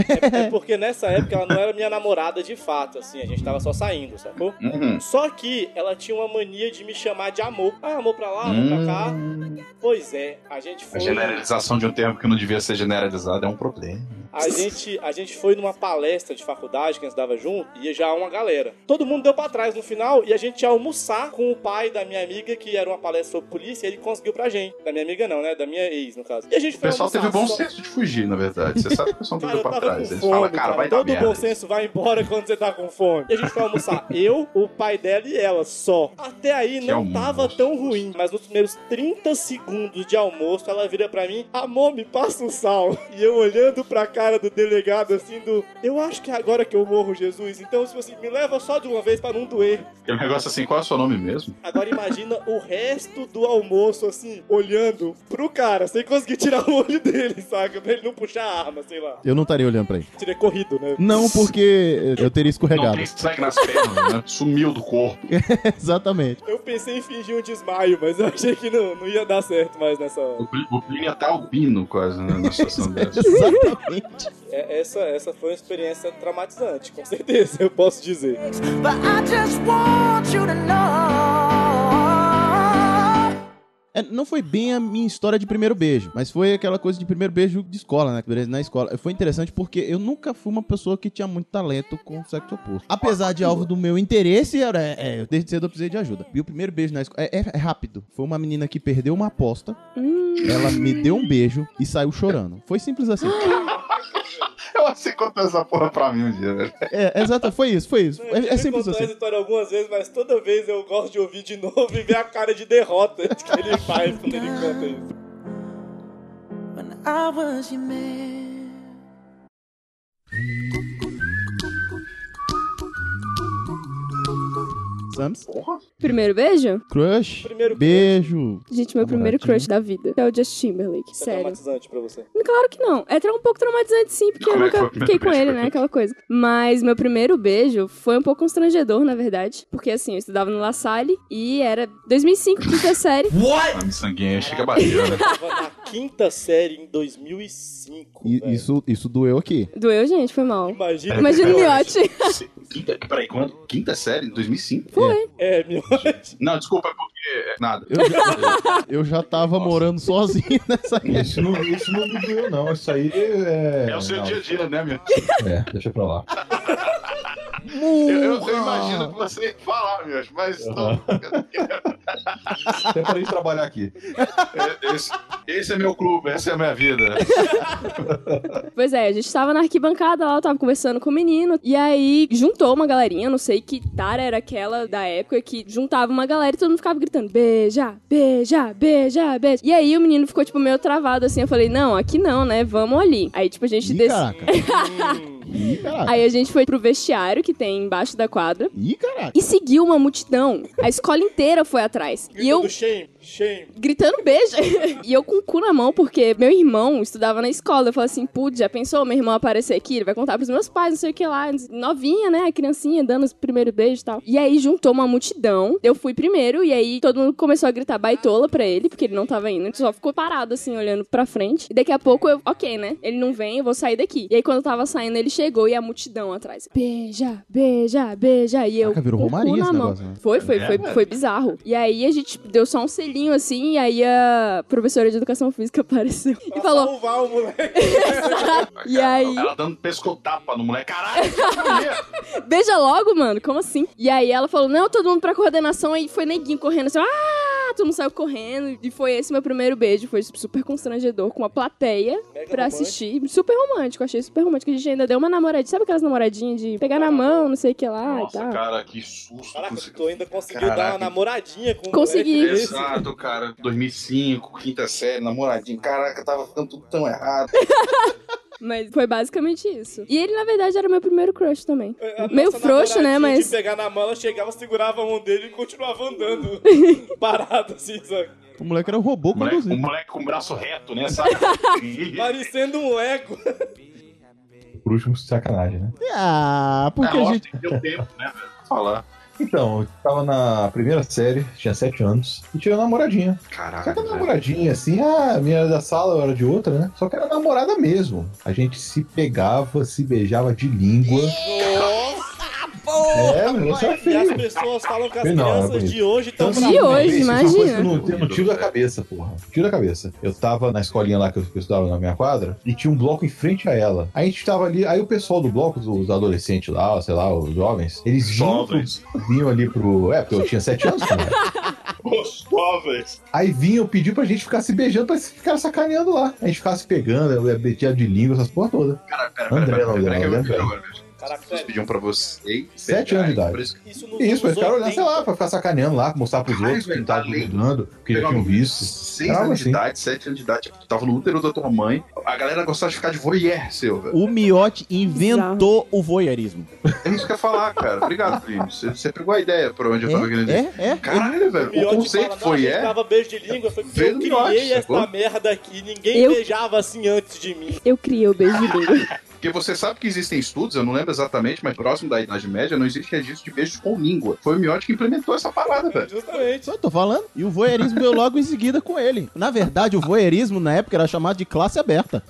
[SPEAKER 3] É porque nessa época ela não era minha namorada de fato, assim. A gente tava só saindo, sacou?
[SPEAKER 5] Uhum.
[SPEAKER 3] Só que ela tinha uma mania de me chamar de amor. Ah, amor pra lá, amor pra cá.
[SPEAKER 5] Hum,
[SPEAKER 3] Pois é, a gente
[SPEAKER 5] a
[SPEAKER 3] foi.
[SPEAKER 5] generalização de um termo que não devia ser generalizado é um problema.
[SPEAKER 3] A gente, a gente foi numa palestra de faculdade que a gente dava junto e já uma galera. Todo mundo deu pra trás no final e a gente ia almoçar com o pai da minha amiga, que era uma palestra sobre polícia, e ele conseguiu pra gente. Da minha amiga não, né? Da minha ex, no caso. E a gente
[SPEAKER 5] O
[SPEAKER 3] foi
[SPEAKER 5] pessoal
[SPEAKER 3] almoçar.
[SPEAKER 5] teve um bom senso de fugir, na verdade. Você sabe que o som
[SPEAKER 3] Cara,
[SPEAKER 5] deu
[SPEAKER 3] eu
[SPEAKER 5] pra
[SPEAKER 3] tava
[SPEAKER 5] trás.
[SPEAKER 3] com
[SPEAKER 5] Eles
[SPEAKER 3] fome,
[SPEAKER 5] falam,
[SPEAKER 3] cara.
[SPEAKER 5] cara, vai dar
[SPEAKER 3] Todo
[SPEAKER 5] merda.
[SPEAKER 3] bom senso vai embora quando você tá com fome. E a gente foi almoçar eu, o pai dela e ela só. Até aí
[SPEAKER 5] Que
[SPEAKER 3] não
[SPEAKER 5] almoço.
[SPEAKER 3] tava tão ruim, mas nos primeiros 30 segundos de almoço, ela vira pra mim, amor, me passa um sal. E eu olhando pra cara do delegado, assim, do... Eu acho que é agora que eu morro, Jesus. Então, se você me leva só de uma vez pra não doer.
[SPEAKER 5] Aquele negócio assim, qual é o seu nome mesmo?
[SPEAKER 3] Agora imagina o resto do almoço, assim, olhando pro cara, sem conseguir tirar o olho dele, saca? Pra ele não puxar a arma, sei lá.
[SPEAKER 2] Eu não estaria olhando pra ele.
[SPEAKER 3] Seria corrido, né?
[SPEAKER 2] Não, porque eu teria
[SPEAKER 5] Não
[SPEAKER 2] escorregado.
[SPEAKER 5] tem sangue nas pernas, né? Sumiu do corpo.
[SPEAKER 2] Exatamente.
[SPEAKER 3] Eu pensei em fingir um desmaio, mas eu achei que não, não ia dar certo mais nessa hora.
[SPEAKER 5] O Plínio- O Plínio é até albino, quase, né? Na situação dessa.
[SPEAKER 2] Exatamente.
[SPEAKER 3] É, essa, essa foi uma experiência traumatizante, com certeza, eu posso dizer.
[SPEAKER 10] But I just want you to know.
[SPEAKER 2] É, não foi bem a minha história de primeiro beijo, mas foi aquela coisa de primeiro beijo de escola, né? Beleza, Na escola. Foi interessante porque eu nunca fui uma pessoa que tinha muito talento com o sexo oposto. Apesar de alvo do meu interesse, era, é, eu desde cedo eu precisei de ajuda. E o primeiro beijo na escola. É, é- é rápido. Foi uma menina que perdeu uma aposta,
[SPEAKER 6] Hum,
[SPEAKER 2] ela me deu um beijo e saiu chorando. Foi simples assim.
[SPEAKER 5] Eu achei que contou essa porra pra mim um dia, velho.
[SPEAKER 2] É, exato, foi isso, foi isso. É, é
[SPEAKER 3] Eu
[SPEAKER 2] simples
[SPEAKER 3] contou
[SPEAKER 2] assim.
[SPEAKER 3] essa história algumas vezes, mas toda vez eu gosto de ouvir de novo e ver a cara de derrota que ele faz quando ele conta isso.
[SPEAKER 10] When I was your man.
[SPEAKER 2] Sams?
[SPEAKER 6] primeiro beijo?
[SPEAKER 2] Crush?
[SPEAKER 3] Primeiro
[SPEAKER 2] beijo.
[SPEAKER 6] Gente, meu primeiro
[SPEAKER 2] Namoradinho.
[SPEAKER 6] crush da vida é o Justin Timberlake.
[SPEAKER 3] Foi
[SPEAKER 6] Sério.
[SPEAKER 3] traumatizante pra você.
[SPEAKER 6] Claro que não. É tra- um pouco traumatizante sim, porque eu
[SPEAKER 5] Como é que
[SPEAKER 6] nunca
[SPEAKER 5] foi o
[SPEAKER 6] fiquei com
[SPEAKER 5] primeiro
[SPEAKER 6] ele,
[SPEAKER 5] beijo?
[SPEAKER 6] né? Aquela coisa. Mas meu primeiro beijo foi um pouco constrangedor, na verdade. Porque assim, eu estudava no La Salle e era 2005, quinta série.
[SPEAKER 5] A miçanguinha chega a barriga, né?
[SPEAKER 3] Tava na quinta série em 2005.
[SPEAKER 2] I-
[SPEAKER 3] velho.
[SPEAKER 2] isso, isso doeu aqui.
[SPEAKER 6] Doeu, gente, foi mal.
[SPEAKER 5] É,
[SPEAKER 3] Imagina.
[SPEAKER 6] Imagina o
[SPEAKER 5] Pera aí,
[SPEAKER 6] miote.
[SPEAKER 5] Se- Quinta, peraí, quando? Quinta série? 2005?
[SPEAKER 3] É, miote.
[SPEAKER 5] Não, desculpa, é porque... Nada.
[SPEAKER 2] Eu já, eu já tava
[SPEAKER 5] Nossa.
[SPEAKER 2] morando sozinho nessa
[SPEAKER 8] Isso não, isso não me doeu, não. Isso aí é.
[SPEAKER 5] É o seu
[SPEAKER 8] não,
[SPEAKER 5] dia a dia, né, meu?
[SPEAKER 8] É, deixa pra lá.
[SPEAKER 5] Eu, eu- eu imagino que você ia falar, meu, mas não.
[SPEAKER 8] Até parei de trabalhar aqui.
[SPEAKER 5] É, Esse, esse é meu clube, essa é a minha vida.
[SPEAKER 6] Pois é, a gente tava na arquibancada lá, eu tava conversando com o menino. E aí juntou uma galerinha, não sei que tara era aquela da época que juntava uma galera e todo mundo ficava gritando: beija, beija, beija, beija. E aí o menino ficou, tipo, meio travado assim. Eu falei: não, aqui não, né? Vamos ali. Aí, tipo, a gente
[SPEAKER 2] Ih,
[SPEAKER 6] desceu.
[SPEAKER 2] caraca. Ih, caraca.
[SPEAKER 6] Aí a gente foi pro vestiário que tem embaixo da quadra
[SPEAKER 2] Ih, caraca.
[SPEAKER 6] e seguiu uma multidão. A escola inteira foi atrás. E eu
[SPEAKER 3] Do shame, shame.
[SPEAKER 6] gritando beijo. e eu com o cu na mão, porque meu irmão estudava na escola. Eu falei assim, putz, já pensou meu irmão aparecer aqui? Ele vai contar pros meus pais, não sei o que lá. Novinha, né? A criancinha dando os primeiros beijos e tal. E aí juntou uma multidão. Eu fui primeiro, e aí todo mundo começou a gritar baitola pra ele, porque ele não tava indo. Ele só ficou parado, assim, olhando pra frente. E daqui a pouco eu, ok, né? Ele não vem, eu vou sair daqui. E aí quando eu tava saindo, ele chegou e a multidão atrás. Beija, beija, beija. E eu.
[SPEAKER 2] Caraca, virou
[SPEAKER 6] com o cu
[SPEAKER 2] Romaria
[SPEAKER 6] na
[SPEAKER 2] esse
[SPEAKER 6] mão.
[SPEAKER 2] negócio, né?
[SPEAKER 6] Foi, foi, foi, foi bizarro. E aí a gente deu só um selinho assim, e aí a professora de educação física apareceu e falou. "Ah!"
[SPEAKER 3] Salvar o moleque.
[SPEAKER 6] E aí,
[SPEAKER 5] Ela dando pescotapa no moleque. Caralho, é
[SPEAKER 6] beija logo, mano, como assim? E aí ela falou: não, todo mundo pra coordenação, aí foi neguinho correndo assim, ah! Todo mundo saiu correndo. E foi esse meu primeiro beijo. Foi super constrangedor com a plateia
[SPEAKER 3] Mega
[SPEAKER 6] pra
[SPEAKER 3] romântico.
[SPEAKER 6] assistir. Super romântico, achei super romântico. A gente ainda deu uma namoradinha, sabe aquelas namoradinhas de pegar na mão, não sei o que lá e
[SPEAKER 5] Nossa,
[SPEAKER 6] tal.
[SPEAKER 5] cara, que susto.
[SPEAKER 3] Caraca,
[SPEAKER 5] Consegui-
[SPEAKER 3] tu ainda conseguiu dar uma
[SPEAKER 5] Caraca.
[SPEAKER 3] namoradinha com o
[SPEAKER 6] Consegui.
[SPEAKER 3] moleque desse?
[SPEAKER 5] Exato, cara. 2005, quinta série, namoradinho. Caraca, tava ficando tudo tão errado.
[SPEAKER 6] Mas foi basicamente isso. E ele, na verdade, era meu primeiro crush também.
[SPEAKER 3] É, A nossa
[SPEAKER 6] Meio frouxo, né?
[SPEAKER 3] namoradinha
[SPEAKER 6] Mas.
[SPEAKER 3] De pegar na mala, chegava, segurava a mão dele e continuava andando. parado, assim, sabe?
[SPEAKER 2] O moleque era um robô
[SPEAKER 5] O moleque, um
[SPEAKER 2] conduzido.
[SPEAKER 5] moleque com o braço reto, né? Sabe?
[SPEAKER 3] Parecendo um ego.
[SPEAKER 8] Por último, sacanagem, né?
[SPEAKER 2] Ah, porque a
[SPEAKER 5] Não,
[SPEAKER 2] gente.
[SPEAKER 5] tem que ter o tempo, né, velho? pra Falar.
[SPEAKER 8] Então, eu tava na primeira série, tinha sete anos, e tinha uma namoradinha. Só que
[SPEAKER 5] Caraca,
[SPEAKER 8] a
[SPEAKER 5] velho.
[SPEAKER 8] namoradinha, assim, a minha era da sala, eu era de outra, né? Só que era namorada mesmo. A gente se pegava, se beijava de língua.
[SPEAKER 3] Nossa!
[SPEAKER 8] É, o negócio era
[SPEAKER 3] E as
[SPEAKER 8] feio.
[SPEAKER 3] pessoas falam que as
[SPEAKER 8] Não, é
[SPEAKER 3] crianças
[SPEAKER 8] bonito.
[SPEAKER 3] de hoje estão
[SPEAKER 8] Tanto
[SPEAKER 6] De
[SPEAKER 8] que-
[SPEAKER 6] hoje,
[SPEAKER 8] Isso, isso é uma coisa
[SPEAKER 6] imagina.
[SPEAKER 8] que eu não- Eu não tiro da cabeça, porra. Tiro da cabeça. Eu tava na escolinha lá que eu que eu estudava na minha quadra e tinha um bloco em frente a ela. Aí a gente tava ali, aí o pessoal do bloco, os adolescentes lá, sei lá, os jovens, eles vinham pro
[SPEAKER 5] Jovens.
[SPEAKER 8] vinham ali pro. É, porque eu tinha 7 anos, cara.
[SPEAKER 11] Rostovas.
[SPEAKER 8] Aí vinham pedir pra gente ficar se beijando pra ficar sacaneando lá. A gente ficava se pegando, eu ia beijado de língua, essas porra toda.
[SPEAKER 5] Cara, pera, pera,
[SPEAKER 8] André
[SPEAKER 5] pera,
[SPEAKER 8] não,
[SPEAKER 5] pera, pera, que eu- pera,
[SPEAKER 8] André, velho.
[SPEAKER 5] pera, pera. Vocês pediam pra vocês.
[SPEAKER 8] Sete anos de idade.
[SPEAKER 5] Por isso que-
[SPEAKER 8] Isso, eles ficaram olhando,
[SPEAKER 3] oitenta.
[SPEAKER 8] sei lá, pra ficar sacaneando lá, mostrar pros
[SPEAKER 5] Caralho,
[SPEAKER 8] outros que
[SPEAKER 5] velho,
[SPEAKER 8] não tava
[SPEAKER 5] tá um lento.
[SPEAKER 8] mudando, que já
[SPEAKER 5] Pegou
[SPEAKER 8] tinham
[SPEAKER 5] uma-
[SPEAKER 8] visto.
[SPEAKER 5] Seis
[SPEAKER 8] um Era algo
[SPEAKER 5] anos de
[SPEAKER 8] assim.
[SPEAKER 5] idade, sete anos de idade, tipo, tu tava no útero da tua mãe. A galera gostava de ficar de voyeur seu, velho.
[SPEAKER 2] O Miote inventou o voyeurismo.
[SPEAKER 5] É isso que eu ia falar, cara. Obrigado, Plínio. Você, você pegou a ideia pra onde eu tava querendo dizer.
[SPEAKER 2] É, é.
[SPEAKER 5] Caralho, velho. O
[SPEAKER 3] Miotti
[SPEAKER 5] conceito
[SPEAKER 3] fala, não,
[SPEAKER 5] foi
[SPEAKER 8] tá
[SPEAKER 3] a gente
[SPEAKER 5] é.
[SPEAKER 3] dava beijo de língua, foi porque
[SPEAKER 5] Veio
[SPEAKER 3] eu
[SPEAKER 5] do
[SPEAKER 3] criei
[SPEAKER 5] Miotti,
[SPEAKER 3] esta
[SPEAKER 5] sacou?
[SPEAKER 3] merda aqui, ninguém
[SPEAKER 6] Eu-
[SPEAKER 3] beijava assim antes de mim.
[SPEAKER 6] Eu criei o beijo de língua.
[SPEAKER 5] Porque você sabe que existem estudos, eu não lembro exatamente, mas próximo da Idade Média não existe registro de beijos com língua. Foi o Miotti que implementou essa parada, velho.
[SPEAKER 3] Justamente.
[SPEAKER 2] Só eu tô falando. E o voyeurismo veio logo em seguida com ele. Na verdade, o voyeurismo na época era chamado de classe aberta.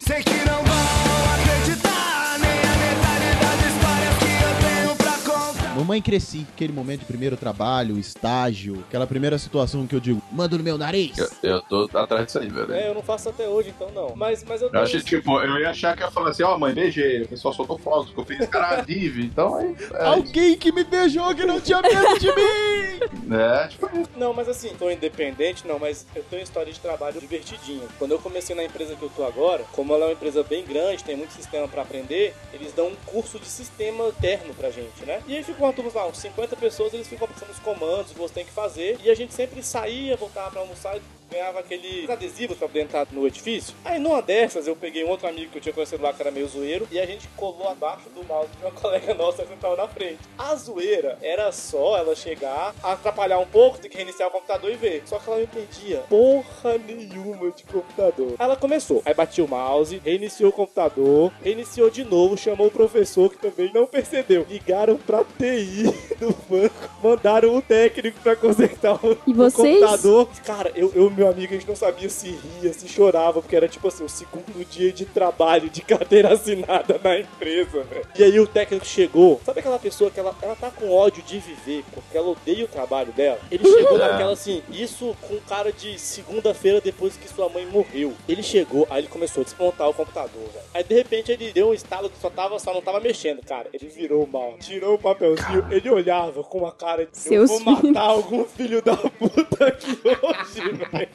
[SPEAKER 9] Sei que não vão acreditar nem a metade das histórias que eu tenho pra contar.
[SPEAKER 2] Mamãe cresci, aquele momento de primeiro trabalho, estágio, aquela primeira situação que eu digo, manda no meu nariz.
[SPEAKER 5] Eu, eu tô atrás disso aí, velho.
[SPEAKER 3] É, eu não faço até hoje, então não. Mas, mas eu
[SPEAKER 5] Eu
[SPEAKER 3] tenho.
[SPEAKER 5] achei, tipo, eu ia achar que ia falar assim, ó, mãe, beijei, o pessoal soltou fotos, que eu fiz cara vive, então aí.
[SPEAKER 2] Alguém que me beijou que não tinha medo de mim!
[SPEAKER 5] É, é, tipo,
[SPEAKER 3] Não, mas assim, tô independente, não, mas eu tenho uma história de trabalho divertidinha. Quando eu comecei na empresa que eu tô agora, como ela é uma empresa bem grande, tem muito sistema pra aprender, eles dão um curso de sistema terno pra gente, né? E aí ficou uma turma, lá, uns 50 pessoas, eles ficam passando os comandos, você tem que fazer, e a gente sempre saía, voltava pra almoçar e ganhava aquele adesivo pra poder entrar no edifício. Aí numa dessas eu peguei um outro amigo que eu tinha conhecido lá que era meio zoeiro e a gente colou abaixo do mouse de uma colega nossa que sentava na frente. A zoeira era só ela chegar, atrapalhar um pouco, ter que reiniciar o computador e ver. Só que ela me perdia porra nenhuma de computador. Ela começou, aí batia o mouse, reiniciou o computador, reiniciou de novo, chamou o professor que também não percebeu. Ligaram pra TI do banco, mandaram o técnico pra consertar o
[SPEAKER 6] E
[SPEAKER 3] o
[SPEAKER 6] vocês?
[SPEAKER 3] computador. Cara, eu eu e meu amigo, a gente não sabia se ria, se chorava, porque era tipo assim, o segundo dia de trabalho, de carteira assinada na empresa, velho. E aí o técnico chegou. Sabe aquela pessoa que ela, ela tá com ódio de viver, porque ela odeia o trabalho dela? Ele chegou naquela assim, isso com cara de segunda-feira depois que sua mãe morreu. Ele chegou, aí ele começou a desmontar o computador, velho. Aí de repente ele deu um estalo que só tava, só não tava mexendo, cara. Ele virou mal, tirou o papelzinho, ele olhava com uma cara de
[SPEAKER 6] Seus
[SPEAKER 3] eu vou
[SPEAKER 6] filhos.
[SPEAKER 3] matar Ah, algum filho da puta aqui hoje, velho.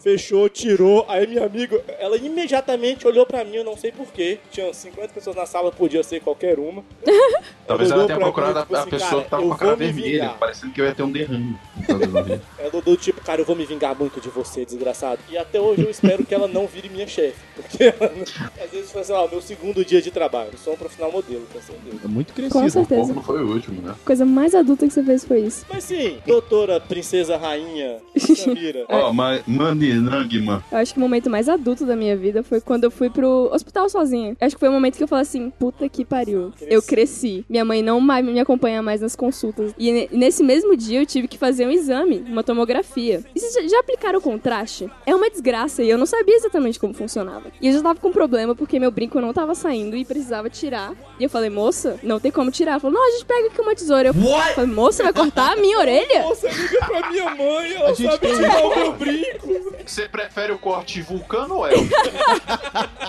[SPEAKER 3] Fechou, tirou. Aí minha amiga, ela imediatamente olhou pra mim, eu não sei porquê. Tinha 50 pessoas na sala, podia ser qualquer uma.
[SPEAKER 5] talvez ela
[SPEAKER 3] olhou
[SPEAKER 5] tenha
[SPEAKER 3] pra
[SPEAKER 5] procurado
[SPEAKER 3] mim,
[SPEAKER 5] a,
[SPEAKER 3] tipo
[SPEAKER 5] a
[SPEAKER 3] assim,
[SPEAKER 5] pessoa
[SPEAKER 3] cara,
[SPEAKER 5] que tava
[SPEAKER 3] eu
[SPEAKER 5] com a cara
[SPEAKER 3] vou me
[SPEAKER 5] vermelha,
[SPEAKER 3] vingar.
[SPEAKER 5] parecendo que eu ia ter um derrame. Então, eu não vi.
[SPEAKER 3] Ela do tipo, cara, eu vou me vingar muito de você, desgraçado. E até hoje eu espero que ela não vire minha chefe. Porque ela, às vezes foi, sei lá, o meu segundo dia de trabalho. Eu sou um profissional modelo, tá entendendo?
[SPEAKER 2] É muito
[SPEAKER 6] Com
[SPEAKER 2] crescido.
[SPEAKER 5] O povo
[SPEAKER 6] certeza.
[SPEAKER 5] não foi o último, né?
[SPEAKER 6] A coisa mais adulta que você fez foi isso.
[SPEAKER 3] Mas sim, doutora, princesa, rainha, Samira.
[SPEAKER 5] Ó, mas Maninangman.
[SPEAKER 6] Eu acho que o momento mais adulto da minha vida foi quando eu fui pro hospital sozinha. Eu acho que foi o momento que eu falei assim, puta que pariu. Eu cresci. Minha mãe não mais me acompanha mais nas consultas. E ne- nesse mesmo dia eu tive que fazer um exame, uma tomografia. E vocês já- já aplicaram o contraste? É uma desgraça e eu não sabia exatamente como funcionava. E eu já tava com um problema porque meu brinco não tava saindo e precisava tirar. E eu falei, moça, não tem como tirar. Ela falou, não, a gente pega aqui uma tesoura. Eu falei, moça, vai cortar a minha orelha?
[SPEAKER 3] Nossa, liga pra minha mãe, ela
[SPEAKER 2] gente
[SPEAKER 3] sabe
[SPEAKER 2] tem-
[SPEAKER 3] tirar o meu brinco.
[SPEAKER 5] Você prefere o corte vulcano ou elfo?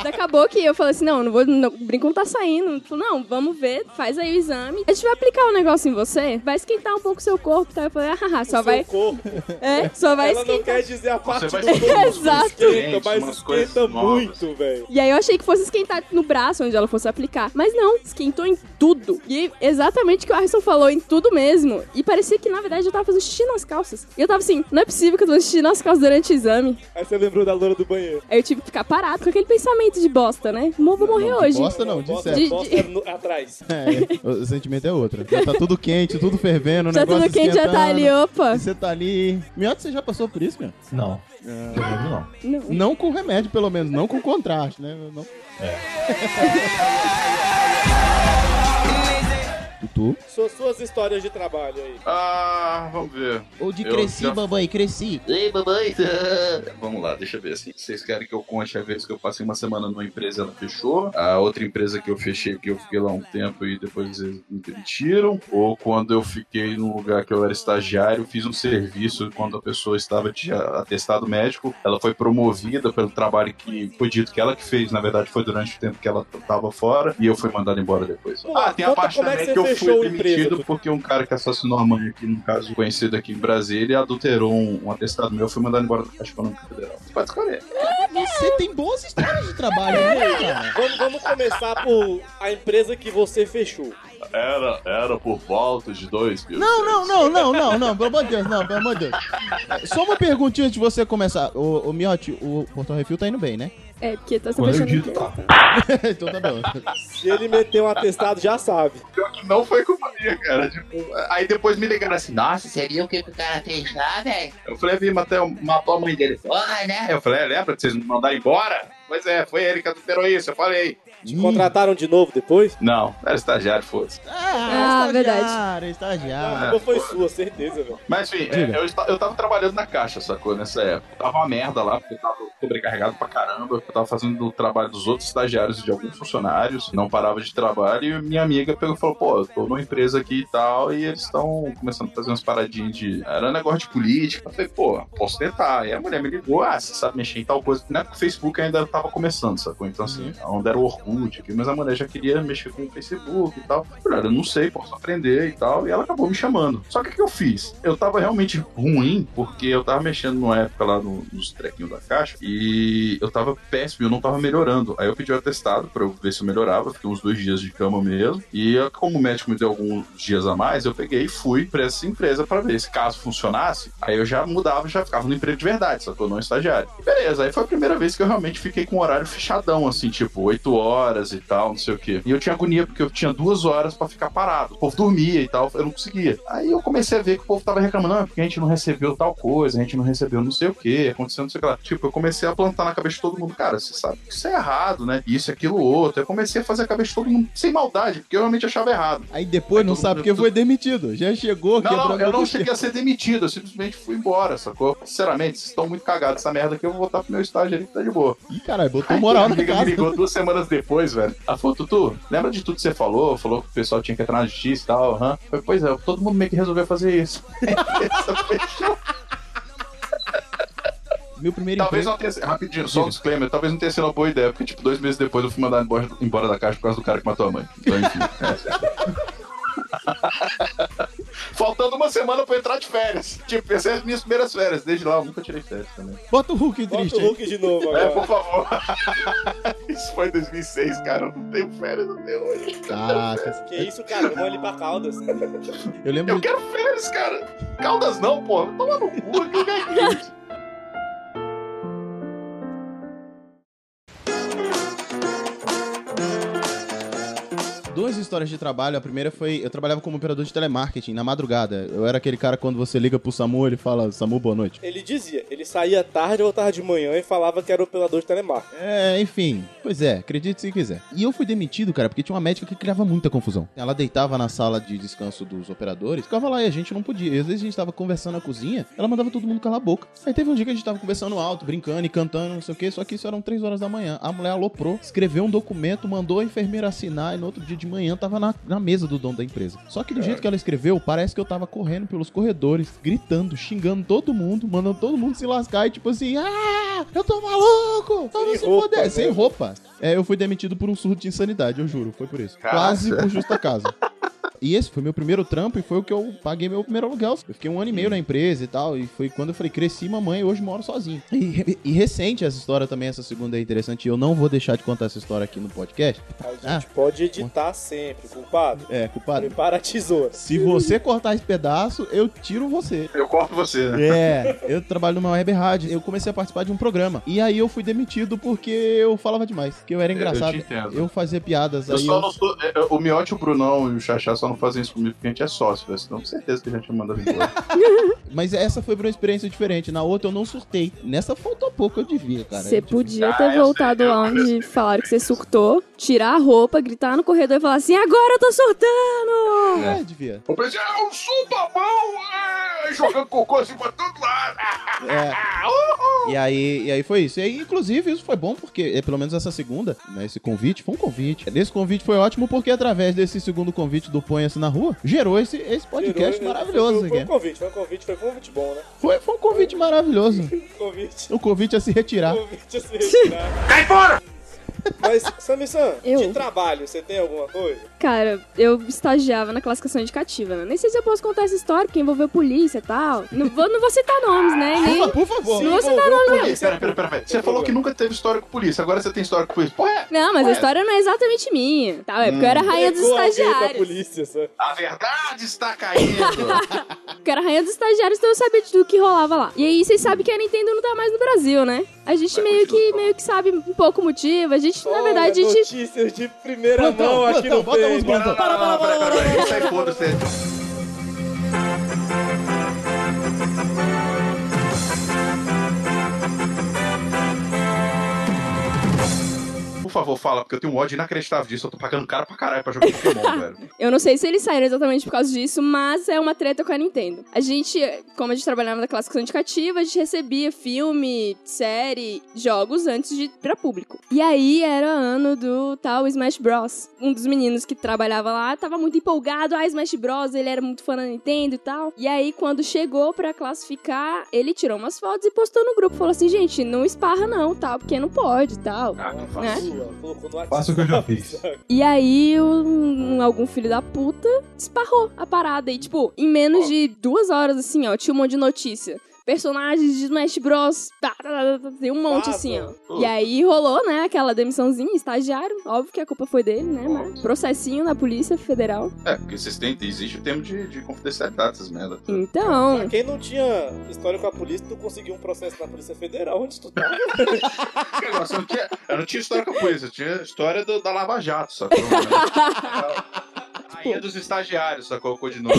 [SPEAKER 6] Daí Acabou que eu falei assim: não, não vou. Não, o brinco não tá saindo. Ele falou, não, vamos ver, faz aí o exame. A gente vai aplicar o negócio em você, vai esquentar um pouco o seu corpo, tá? Eu falei, ah, haha, só
[SPEAKER 3] Seu
[SPEAKER 6] vai.
[SPEAKER 3] corpo.
[SPEAKER 6] É, só vai
[SPEAKER 3] Ela não
[SPEAKER 6] esquentar.
[SPEAKER 3] quer dizer a parte
[SPEAKER 5] vai
[SPEAKER 3] do
[SPEAKER 5] esquentar
[SPEAKER 3] corpo
[SPEAKER 6] umas coisas
[SPEAKER 3] esquenta,
[SPEAKER 5] diferentes,
[SPEAKER 3] mas
[SPEAKER 5] umas
[SPEAKER 3] esquenta
[SPEAKER 5] coisas novas.
[SPEAKER 3] muito, velho.
[SPEAKER 6] E aí eu achei que fosse esquentar no braço onde ela fosse aplicar. Mas não, esquentou em tudo. E exatamente o que o Arson falou, em tudo mesmo. E parecia que, na verdade, eu tava fazendo xixi nas calças. E eu tava assim, não é possível que eu tô fazendo xixi nas calças durante o exame.
[SPEAKER 3] Aí você lembrou da loura do banheiro.
[SPEAKER 6] Aí eu tive que ficar parado com aquele pensamento de bosta, né? Mo- Vou morrer hoje.
[SPEAKER 2] Bosta não, de
[SPEAKER 3] Bosta-
[SPEAKER 2] certo.
[SPEAKER 6] De-
[SPEAKER 3] bosta é no- atrás.
[SPEAKER 2] É, o sentimento é outro. Já tá tudo quente, tudo fervendo, o
[SPEAKER 6] Já
[SPEAKER 2] negócio é assim,
[SPEAKER 6] tudo quente, já tá
[SPEAKER 2] esquentando.
[SPEAKER 6] ali, opa.
[SPEAKER 2] E Você tá ali. Miote, você já passou por isso, meu?
[SPEAKER 8] Não. Pelo menos não.
[SPEAKER 6] Não.
[SPEAKER 2] Não com remédio, pelo menos, não com contraste, né? Não. É. Tutu.
[SPEAKER 3] Suas, suas histórias de trabalho aí.
[SPEAKER 5] Ah, vamos ver.
[SPEAKER 2] Ou de
[SPEAKER 5] Eu
[SPEAKER 2] cresci,
[SPEAKER 5] já-
[SPEAKER 2] mamãe, cresci.
[SPEAKER 4] Ei, mamãe.
[SPEAKER 5] Vamos lá, deixa eu ver assim. Vocês querem que eu conte a vez que eu passei uma semana numa empresa, ela fechou. A outra empresa que eu fechei, que eu fiquei lá um tempo e depois eles me demitiram. Ou quando eu fiquei num lugar que eu era estagiário, fiz um serviço quando a pessoa estava de atestado médico. Ela foi promovida pelo trabalho que foi dito que ela que fez. Na verdade, foi durante o tempo que ela estava fora. E eu fui mandado embora depois.
[SPEAKER 3] Pô,
[SPEAKER 5] ah, tem a
[SPEAKER 3] conta
[SPEAKER 5] parte
[SPEAKER 3] como é
[SPEAKER 5] também
[SPEAKER 3] que
[SPEAKER 5] que,
[SPEAKER 3] você
[SPEAKER 5] eu
[SPEAKER 3] fechou ou empresa?
[SPEAKER 5] demitido porque um cara que assassinou a mãe aqui, num caso conhecido aqui em Brasília, adulterou um, um atestado meu, foi mandado embora do Caixa Econômica Federal. Pode escolher.
[SPEAKER 2] Você tem boas histórias de trabalho, né, cara?
[SPEAKER 3] Vamos, vamos começar por a empresa que você fechou.
[SPEAKER 5] Era, era por volta de dois mil.
[SPEAKER 2] Não, não, não, não, não, não, pelo amor de Deus, não, pelo amor de Deus. É, Só uma perguntinha antes de você começar. Ô, ô Miotti, o Portão Refil tá indo bem, né?
[SPEAKER 6] É, porque tá se
[SPEAKER 8] Quando eu
[SPEAKER 6] fechando
[SPEAKER 8] digo,
[SPEAKER 6] empresa.
[SPEAKER 8] tá.
[SPEAKER 2] então tá bom.
[SPEAKER 3] Se ele meteu um atestado, já sabe.
[SPEAKER 5] Não foi culpa minha, cara. Tipo, aí depois me ligaram assim, nossa,
[SPEAKER 4] Você viu o que que o cara fez lá, velho?
[SPEAKER 5] eu falei, "É, vi, matou, matou a mãe dele.
[SPEAKER 4] Porra, né?
[SPEAKER 5] Eu falei, é, lembra que vocês me mandaram embora? Pois é, foi ele que adulterou isso, eu falei.
[SPEAKER 3] Te contrataram de novo depois?
[SPEAKER 5] Não, era estagiário, foda-se.
[SPEAKER 2] Ah,
[SPEAKER 6] Ah,
[SPEAKER 2] estagiário, estagiário.
[SPEAKER 5] Ah.
[SPEAKER 3] A culpa foi sua, certeza, velho.
[SPEAKER 5] Mas enfim,
[SPEAKER 2] Diga.
[SPEAKER 5] é, eu, esta- eu tava trabalhando na caixa, sacou? Nessa época. Tava uma merda lá, porque eu tava sobrecarregado pra caramba. Eu tava fazendo o trabalho dos outros estagiários e de alguns funcionários, não parava de trabalho. E minha amiga pegou e falou: pô, eu tô numa empresa aqui e tal, e eles estão começando a fazer umas paradinhas de. Era um negócio de política. Eu falei: pô, posso tentar. E a mulher me ligou: ah, você sabe mexer em tal coisa. Na época o Facebook ainda tava começando, sacou? Então assim, onde era o Orkut aqui, mas a mulher já queria mexer com o Facebook e tal. Eu falei, olha, eu não sei, posso aprender e tal. E ela acabou me chamando. Só que o que eu fiz? Eu tava realmente ruim, porque eu tava mexendo numa época lá no- nos trequinhos da caixa e eu tava péssimo, eu não tava melhorando. Aí eu pedi o atestado pra eu ver se eu melhorava, fiquei uns dois dias de cama mesmo. E eu, como o médico me deu alguns dias a mais, eu peguei e fui pra essa empresa pra ver se caso funcionasse, aí eu já mudava, já ficava no emprego de verdade, só que eu não estagiário. E beleza, aí foi a primeira vez que eu realmente fiquei com o horário fechadão, assim, tipo, 8 horas e tal, não sei o quê. E eu tinha agonia porque eu tinha duas horas pra ficar parado. O povo dormia e tal, eu não conseguia. Aí eu comecei a ver que o povo tava reclamando, ah, porque a gente não recebeu tal coisa, a gente não recebeu não sei o quê, aconteceu não sei o que lá. Tipo, eu comecei a plantar na cabeça de todo mundo, cara, você sabe que isso é errado, né? Isso, aquilo, outro. Eu comecei a fazer a cabeça de todo mundo sem maldade, porque eu realmente achava errado.
[SPEAKER 2] Aí depois não sabe porque foi demitido. Já chegou,
[SPEAKER 5] Não, não,
[SPEAKER 2] quebrou
[SPEAKER 5] eu não
[SPEAKER 2] tudo.
[SPEAKER 5] cheguei a ser demitido, eu simplesmente fui embora, sacou? Sinceramente, vocês estão muito cagados essa merda que eu vou voltar pro meu estágio ali que tá de boa.
[SPEAKER 2] Ih, caralho, botou moral né,
[SPEAKER 5] Minha
[SPEAKER 2] na
[SPEAKER 5] amiga me
[SPEAKER 2] casa.
[SPEAKER 5] ligou duas semanas depois, velho. Ela falou, Tutu, lembra de tudo que você falou? Falou que o pessoal tinha que entrar na justiça e tal, aham. Eu falei, Pois é, todo mundo meio que resolveu fazer isso.
[SPEAKER 2] Meu primeiro
[SPEAKER 5] talvez
[SPEAKER 2] emprego.
[SPEAKER 5] não tenha sido, rapidinho, só um disclaimer, talvez não tenha sido uma boa ideia, porque tipo, dois meses depois eu fui mandado embora, embora da caixa por causa do cara que matou a mãe. Então, enfim. é. Faltando uma semana pra eu entrar de férias. Tipo, essas são as minhas primeiras férias. Desde lá eu nunca tirei férias também.
[SPEAKER 2] Bota o Hulk
[SPEAKER 3] Bota o
[SPEAKER 2] triste. aí.
[SPEAKER 3] Hulk de novo
[SPEAKER 5] É,
[SPEAKER 3] agora.
[SPEAKER 5] por favor. Isso foi em 2006, cara. Eu não tenho férias até hoje.
[SPEAKER 2] Caraca.
[SPEAKER 3] Que isso, cara? Vamos ali pra Caldas.
[SPEAKER 2] Eu lembro.
[SPEAKER 5] Eu quero férias, cara. Caldas não, pô. Toma no cu. Que lugar é esse?
[SPEAKER 2] Duas histórias de trabalho. A primeira foi. Eu trabalhava como operador de telemarketing na madrugada. Eu era aquele cara quando você liga pro SAMU, ele fala, SAMU, boa noite.
[SPEAKER 3] Ele dizia, ele saía tarde ou tarde de manhã e falava que era operador de telemarketing.
[SPEAKER 2] É, enfim. Pois é, acredite se quiser. E eu fui demitido, cara, porque tinha uma médica que criava muita confusão. Ela deitava na sala de descanso dos operadores, ficava lá e a gente não podia. E às vezes a gente tava conversando na cozinha, ela mandava todo mundo calar a boca. Aí teve um dia que a gente tava conversando alto, brincando e cantando, não sei o quê, só que isso eram três horas da manhã. A mulher aloprou, escreveu um documento, mandou a enfermeira assinar e no outro dia de manhã tava na, na mesa do dono da empresa. Só que do jeito que ela escreveu, parece que eu tava correndo pelos corredores, gritando, xingando todo mundo, mandando todo mundo se lascar e tipo assim, ah, eu tô maluco! Tá
[SPEAKER 3] Sem
[SPEAKER 2] se
[SPEAKER 3] roupa,
[SPEAKER 2] foder,
[SPEAKER 3] né?
[SPEAKER 2] sem roupa. É, eu fui demitido por um surto de insanidade, eu juro, foi por isso.
[SPEAKER 5] Caraca.
[SPEAKER 2] Quase por justa causa. E esse foi meu primeiro trampo e foi o que eu paguei meu primeiro aluguel. Eu fiquei um ano e meio na empresa e tal. E foi quando eu falei, cresci, mamãe, e hoje moro sozinho. E, e recente essa história também, essa segunda é interessante. E eu não vou deixar de contar essa história aqui no podcast.
[SPEAKER 3] A gente pode editar sempre, culpado.
[SPEAKER 2] É, Ah. culpado.
[SPEAKER 3] Prepara a tesoura.
[SPEAKER 2] Se você cortar esse pedaço, eu tiro você.
[SPEAKER 5] Eu corto você, né?
[SPEAKER 2] É, eu trabalho numa web rádio. Eu comecei a participar de um programa. E aí eu fui demitido porque eu falava demais. Que eu era
[SPEAKER 5] te
[SPEAKER 2] engraçado.
[SPEAKER 5] entendo.
[SPEAKER 2] Eu fazia piadas.
[SPEAKER 5] Eu
[SPEAKER 2] aí
[SPEAKER 5] só
[SPEAKER 2] eu-
[SPEAKER 5] não sou, é, é, o Miote, o Brunão e o Xaxá só não fazem isso comigo porque a gente é sócio, velho. Senão com certeza que a gente manda embora.
[SPEAKER 2] Mas essa foi pra uma experiência diferente. Na outra eu não surtei. Nessa faltou pouco, eu devia, cara.
[SPEAKER 6] Você
[SPEAKER 2] Eu devia.
[SPEAKER 6] podia
[SPEAKER 5] Ah, eu
[SPEAKER 6] ter
[SPEAKER 5] sei,
[SPEAKER 6] voltado
[SPEAKER 5] eu
[SPEAKER 6] lá
[SPEAKER 5] sei,
[SPEAKER 6] onde falaram que você surtou, tirar a roupa, gritar no corredor e falar assim: agora eu tô surtando!
[SPEAKER 2] É, devia.
[SPEAKER 5] Eu pensei, é um sudamão jogando cocô assim pra todo lado.
[SPEAKER 2] É,
[SPEAKER 5] ah,
[SPEAKER 2] E aí, e aí foi isso. E aí, inclusive, isso foi bom porque, é, pelo menos essa segunda, né, esse convite, foi um convite. Esse convite foi ótimo porque, através desse segundo convite do Ponha-se na Rua, gerou esse, esse podcast
[SPEAKER 3] Gerou-
[SPEAKER 2] maravilhoso. né?
[SPEAKER 3] Foi, foi um
[SPEAKER 2] cara.
[SPEAKER 3] convite, foi um convite, foi um convite bom, né?
[SPEAKER 2] Foi, foi um convite maravilhoso.
[SPEAKER 3] Convite.
[SPEAKER 2] Ah. O convite a se retirar.
[SPEAKER 3] Convite a se retirar. Mas, Sami-san, de
[SPEAKER 6] Eu?
[SPEAKER 3] trabalho, você tem alguma coisa?
[SPEAKER 6] Cara, eu estagiava na classificação indicativa, né? Nem sei se eu posso contar essa história, porque envolveu polícia e tal. Não vou, não vou citar nomes, né? Nem...
[SPEAKER 2] Por favor.
[SPEAKER 6] Não vou
[SPEAKER 3] envolveu
[SPEAKER 6] citar nomes, não.
[SPEAKER 5] Polícia, pera, pera, pera, pera. Você falou que nunca teve história com polícia, agora você tem história com polícia. Porra, é-
[SPEAKER 6] Não, mas a história não é exatamente minha. Tá, é porque eu era a rainha dos
[SPEAKER 3] Hum. Pegou alguém Da
[SPEAKER 6] estagiários.
[SPEAKER 3] polícia, sabe?
[SPEAKER 5] a verdade está caindo.
[SPEAKER 6] Porque eu era a rainha dos estagiários, então eu sabia de tudo que rolava lá. E aí, vocês sabem que a Nintendo não tá mais no Brasil, né? A gente
[SPEAKER 5] Vai,
[SPEAKER 6] meio que,
[SPEAKER 5] continua.
[SPEAKER 6] meio que sabe um pouco o motivo. A gente, na verdade, a
[SPEAKER 3] Olha,
[SPEAKER 6] gente...
[SPEAKER 3] notícias de primeira
[SPEAKER 2] Plantão,
[SPEAKER 3] mão aqui
[SPEAKER 2] plantão,
[SPEAKER 3] no
[SPEAKER 2] bota uns
[SPEAKER 3] peito.
[SPEAKER 2] plantão.
[SPEAKER 5] Não, não, não, pera, pera, pera. Isso aí, foda-se. Por favor, fala, porque eu tenho um ódio inacreditável disso. Eu tô pagando cara pra caralho pra jogar Pokémon, velho.
[SPEAKER 6] Eu não sei se eles saíram exatamente por causa disso, mas é uma treta com a Nintendo. A gente, como a gente trabalhava na classificação indicativa, a gente recebia filme, série, jogos antes de ir pra público. E aí era ano do tal Smash Bros. Um dos meninos que trabalhava lá tava muito empolgado, ah, Smash Bros, ele era muito fã da Nintendo e tal. E aí quando chegou pra classificar, ele tirou umas fotos e postou no grupo, falou assim, gente, não esparra não, tal, porque não pode, tal.
[SPEAKER 5] Ah, que
[SPEAKER 6] Né?
[SPEAKER 5] fácil.
[SPEAKER 3] Sua, colocou no WhatsApp,
[SPEAKER 8] Faça o que eu já fiz.
[SPEAKER 3] sabe?
[SPEAKER 6] E aí, um- algum filho da puta esparrou a parada. E, tipo, em menos de duas horas, assim, ó, tinha um monte de notícia. Personagens de Smash Bros. Tá, tá, tá, tá, tem um monte,
[SPEAKER 3] Vaza.
[SPEAKER 6] assim, ó. E aí rolou, né, aquela demissãozinha, estagiário. Óbvio que a culpa foi dele, né, mas processinho na Polícia Federal.
[SPEAKER 5] É, porque vocês têm, existe o termo de, de confidencialidade, essas merdas.
[SPEAKER 6] Então,
[SPEAKER 3] Pra quem não tinha história com a polícia, tu conseguiu um processo na Polícia Federal onde tu tá.
[SPEAKER 5] Que negócio, eu, não tinha, eu não tinha história com a polícia, eu tinha história do- da Lava Jato, sacou? Rainha dos estagiários, sacou? né? Cor de novo.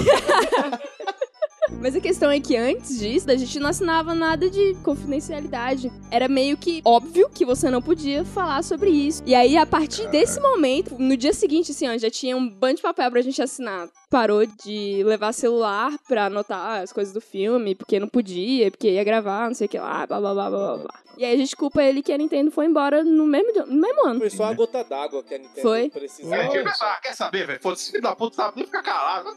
[SPEAKER 6] mas a questão é que antes disso, a gente não assinava nada de confidencialidade. Era meio que óbvio que você não podia falar sobre isso. E aí, a partir desse momento, no dia seguinte, assim, ó, já tinha um bando de papel pra gente assinar. Parou de levar celular pra anotar as coisas do filme, porque não podia, porque ia gravar, não sei o que lá, blá blá blá blá blá, blá. E aí a gente culpa ele que a Nintendo foi embora no mesmo, dia- no mesmo ano.
[SPEAKER 3] Foi só a gota d'água que a Nintendo
[SPEAKER 6] Foi.
[SPEAKER 3] precisava.
[SPEAKER 5] Quer, pensar, tipo, ah, quer saber, velho? Foda-se, filho da puta, sabe nem ficar calado.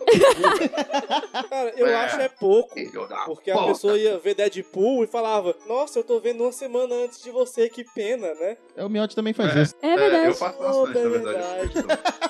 [SPEAKER 3] Cara, eu
[SPEAKER 5] É.
[SPEAKER 3] acho é pouco.
[SPEAKER 5] Filho da
[SPEAKER 3] Porque a
[SPEAKER 5] puta.
[SPEAKER 3] pessoa ia ver Deadpool e falava: Nossa, eu tô vendo uma semana antes de você, que pena, né?
[SPEAKER 2] É, O Miotti também faz
[SPEAKER 5] É.
[SPEAKER 2] isso.
[SPEAKER 6] É
[SPEAKER 5] É, eu
[SPEAKER 6] verdade.
[SPEAKER 5] faço bastante,
[SPEAKER 3] Oh,
[SPEAKER 5] na verdade. tipo
[SPEAKER 3] verdade.
[SPEAKER 5] essa questão.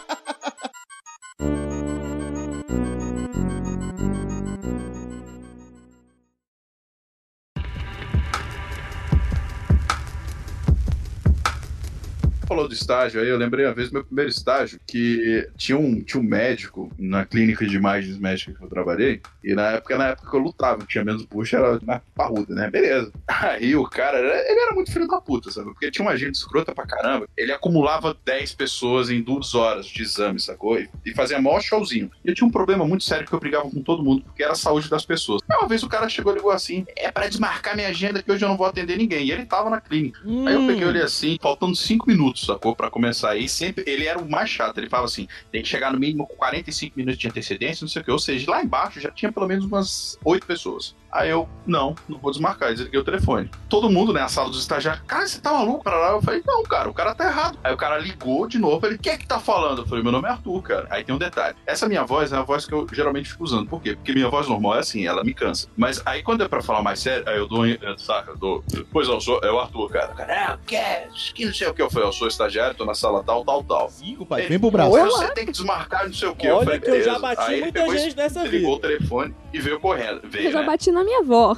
[SPEAKER 5] falou do estágio aí, eu lembrei uma vez do meu primeiro estágio, que tinha um, tinha um médico na clínica de imagens médicas que eu trabalhei, e na época, na época que eu lutava, que tinha menos bucha, era mais parruda, né? Beleza. Aí o cara, era- ele era muito filho da puta, sabe? Porque tinha uma gente escrota pra caramba. Ele acumulava 10 pessoas em duas horas de exame, sacou? E, e fazia maior showzinho. E eu tinha um problema muito sério que eu brigava com todo mundo, porque era a saúde das pessoas. Aí uma vez o cara chegou e ligou assim, é pra desmarcar minha agenda que hoje eu não vou atender ninguém. E ele tava na clínica. Aí eu peguei ele assim, faltando 5 minutos, sacou? Pra começar. E sempre ele era o mais chato. Ele falava assim: tem que chegar no mínimo com 45 minutos de antecedência, não sei o que. Ou seja, lá embaixo já tinha pelo menos umas 8 pessoas. Aí eu, não, não vou desmarcar. Desliguei o telefone. Todo mundo, né, a sala dos estagiários, cara, você tá maluco pra lá? Eu falei, não, cara, o cara tá errado. Aí o cara ligou de novo, ele, quem é que tá falando? Eu falei, meu nome é Arthur, cara. Aí tem um detalhe. Essa minha voz é a voz que eu geralmente fico usando. Por quê? Porque minha voz normal é assim, ela me cansa. Mas aí quando é pra falar mais sério, aí eu dou, eh, saca, eu dou, pois não, sou, é o Arthur, cara. Cara, é, o que é? Que não sei o que eu falei, eu sou estagiário, tô na sala tal, tal, tal.
[SPEAKER 2] Cinco, pai.
[SPEAKER 5] Ele-
[SPEAKER 2] Vem pro braço.
[SPEAKER 6] é
[SPEAKER 5] Olha, você tem que desmarcar, não sei o que. eu
[SPEAKER 3] Olha
[SPEAKER 5] falei,
[SPEAKER 3] que eu já
[SPEAKER 5] "Beleza."
[SPEAKER 3] bati
[SPEAKER 5] Aí ele
[SPEAKER 3] muita
[SPEAKER 5] pegou e
[SPEAKER 3] gente nessa
[SPEAKER 5] Ligou o
[SPEAKER 3] vida.
[SPEAKER 5] telefone e veio correndo. Veio,
[SPEAKER 6] Eu já
[SPEAKER 5] né?
[SPEAKER 6] bati na minha avó.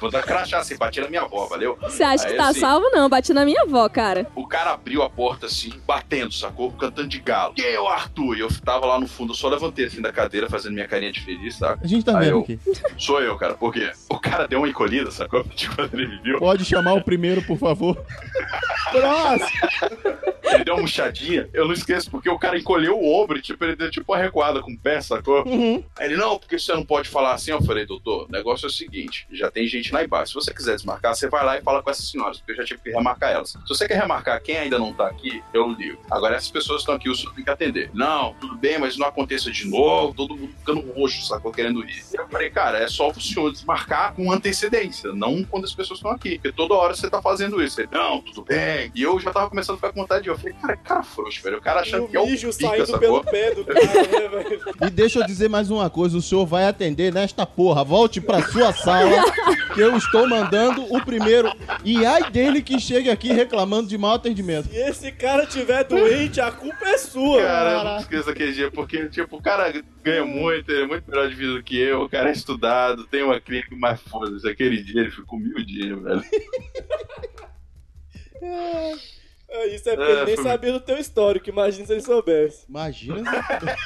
[SPEAKER 5] Vou dar crachá assim, bati na minha avó, valeu?
[SPEAKER 6] Você acha que
[SPEAKER 5] Aí,
[SPEAKER 6] tá
[SPEAKER 5] assim,
[SPEAKER 6] salvo? Não, bati na minha avó, cara.
[SPEAKER 5] O cara abriu a porta assim, batendo, sacou? Cantando de galo. E eu, Arthur? E eu tava lá no fundo, eu só levantei assim da cadeira, fazendo minha carinha de feliz, saca?
[SPEAKER 2] A gente tá
[SPEAKER 5] Aí
[SPEAKER 2] vendo
[SPEAKER 5] eu-
[SPEAKER 2] aqui.
[SPEAKER 5] Sou eu, cara. Por quê? O cara deu uma encolhida, sacou? Tipo, quando ele me viu.
[SPEAKER 2] Pode chamar o primeiro, por favor. Próximo.
[SPEAKER 5] Ele deu uma murchadinha, eu não esqueço, porque o cara encolheu o ombro, e, tipo, ele deu tipo uma recuada com o pé, sacou? Aí ele, não, porque você não pode falar assim, eu falei, doutor, o negócio é o seguinte, já tem gente lá embaixo, se você quiser desmarcar, você vai lá e fala com essas senhoras, porque eu já tive que remarcar elas. Se você quer remarcar quem ainda não tá aqui, eu ligo. Agora essas pessoas estão aqui, o senhor tem que atender. Não, tudo bem, mas não aconteça de novo, todo mundo ficando roxo, sacou, querendo ir. Eu falei, cara, é só o senhor desmarcar com antecedência, não quando as pessoas estão aqui, porque toda hora você tá fazendo isso. Ele, não, tudo bem. E eu já tava começando a ficar com vontade de ir. Eu falei, cara, cara frouxo, velho, o cara
[SPEAKER 3] E
[SPEAKER 5] achando
[SPEAKER 3] o
[SPEAKER 5] que é o
[SPEAKER 3] mijo
[SPEAKER 5] pica,
[SPEAKER 3] saindo
[SPEAKER 5] sacou?
[SPEAKER 3] pelo pé do cara, né, velho?
[SPEAKER 2] E deixa eu dizer mais uma coisa: o senhor vai atender nesta porra. Volte pra sua sala. que eu estou mandando o primeiro. E ai dele que chega aqui reclamando de mau atendimento.
[SPEAKER 3] Se esse cara tiver doente, a culpa é sua.
[SPEAKER 5] Cara, eu não esqueço aquele dia, porque, tipo, o cara ganha muito, ele é muito melhor de vida do que eu, o cara é estudado, tem uma clínica, mas foda-se, aquele dia ele ficou mil dias, velho.
[SPEAKER 3] É, Isso é porque ele
[SPEAKER 5] É,
[SPEAKER 3] nem
[SPEAKER 5] foi-
[SPEAKER 3] sabia do teu histórico, imagina se ele soubesse.
[SPEAKER 2] Imagina.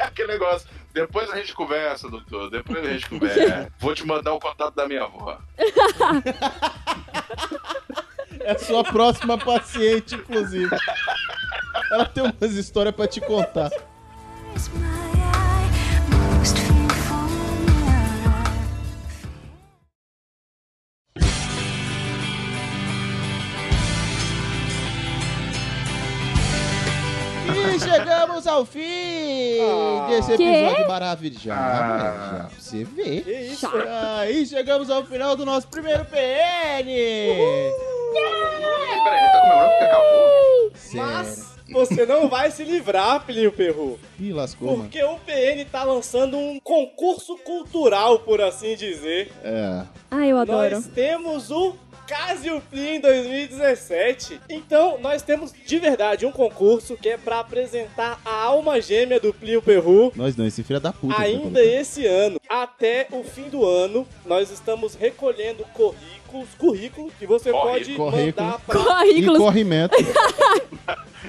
[SPEAKER 5] aquele negócio. Depois a gente conversa, doutor, depois a gente conversa. É, Vou te mandar o contato da minha avó.
[SPEAKER 2] É sua próxima paciente, inclusive. Ela tem umas histórias pra te contar. E chegamos ao fim desse
[SPEAKER 6] Quê?
[SPEAKER 2] episódio maravilhoso. Já,
[SPEAKER 5] Ah.
[SPEAKER 2] já, você vê.
[SPEAKER 3] Que isso?
[SPEAKER 2] Ah, e chegamos ao final do nosso primeiro PN.
[SPEAKER 5] Ih, Peraí, tá comemorando porque acabou?
[SPEAKER 2] Sério.
[SPEAKER 3] Você não vai se livrar, Plínio Perru.
[SPEAKER 2] Ih, lascou, mano.
[SPEAKER 3] Porque o PN tá lançando um concurso cultural, por assim dizer.
[SPEAKER 2] É.
[SPEAKER 6] Ah, eu adoro.
[SPEAKER 3] Nós temos o Casio Plin 2017. Então, nós temos de verdade um concurso que é pra apresentar a alma gêmea do Plínio Perru.
[SPEAKER 2] Nós não, esse filho é da puta. que vai
[SPEAKER 3] Ainda
[SPEAKER 2] colocar.
[SPEAKER 3] esse ano, até o fim do ano, nós estamos recolhendo currículos, currículo que você
[SPEAKER 5] Corre-
[SPEAKER 3] pode
[SPEAKER 2] currículo.
[SPEAKER 3] mandar pra
[SPEAKER 2] E
[SPEAKER 6] Currículos.
[SPEAKER 2] corrimento.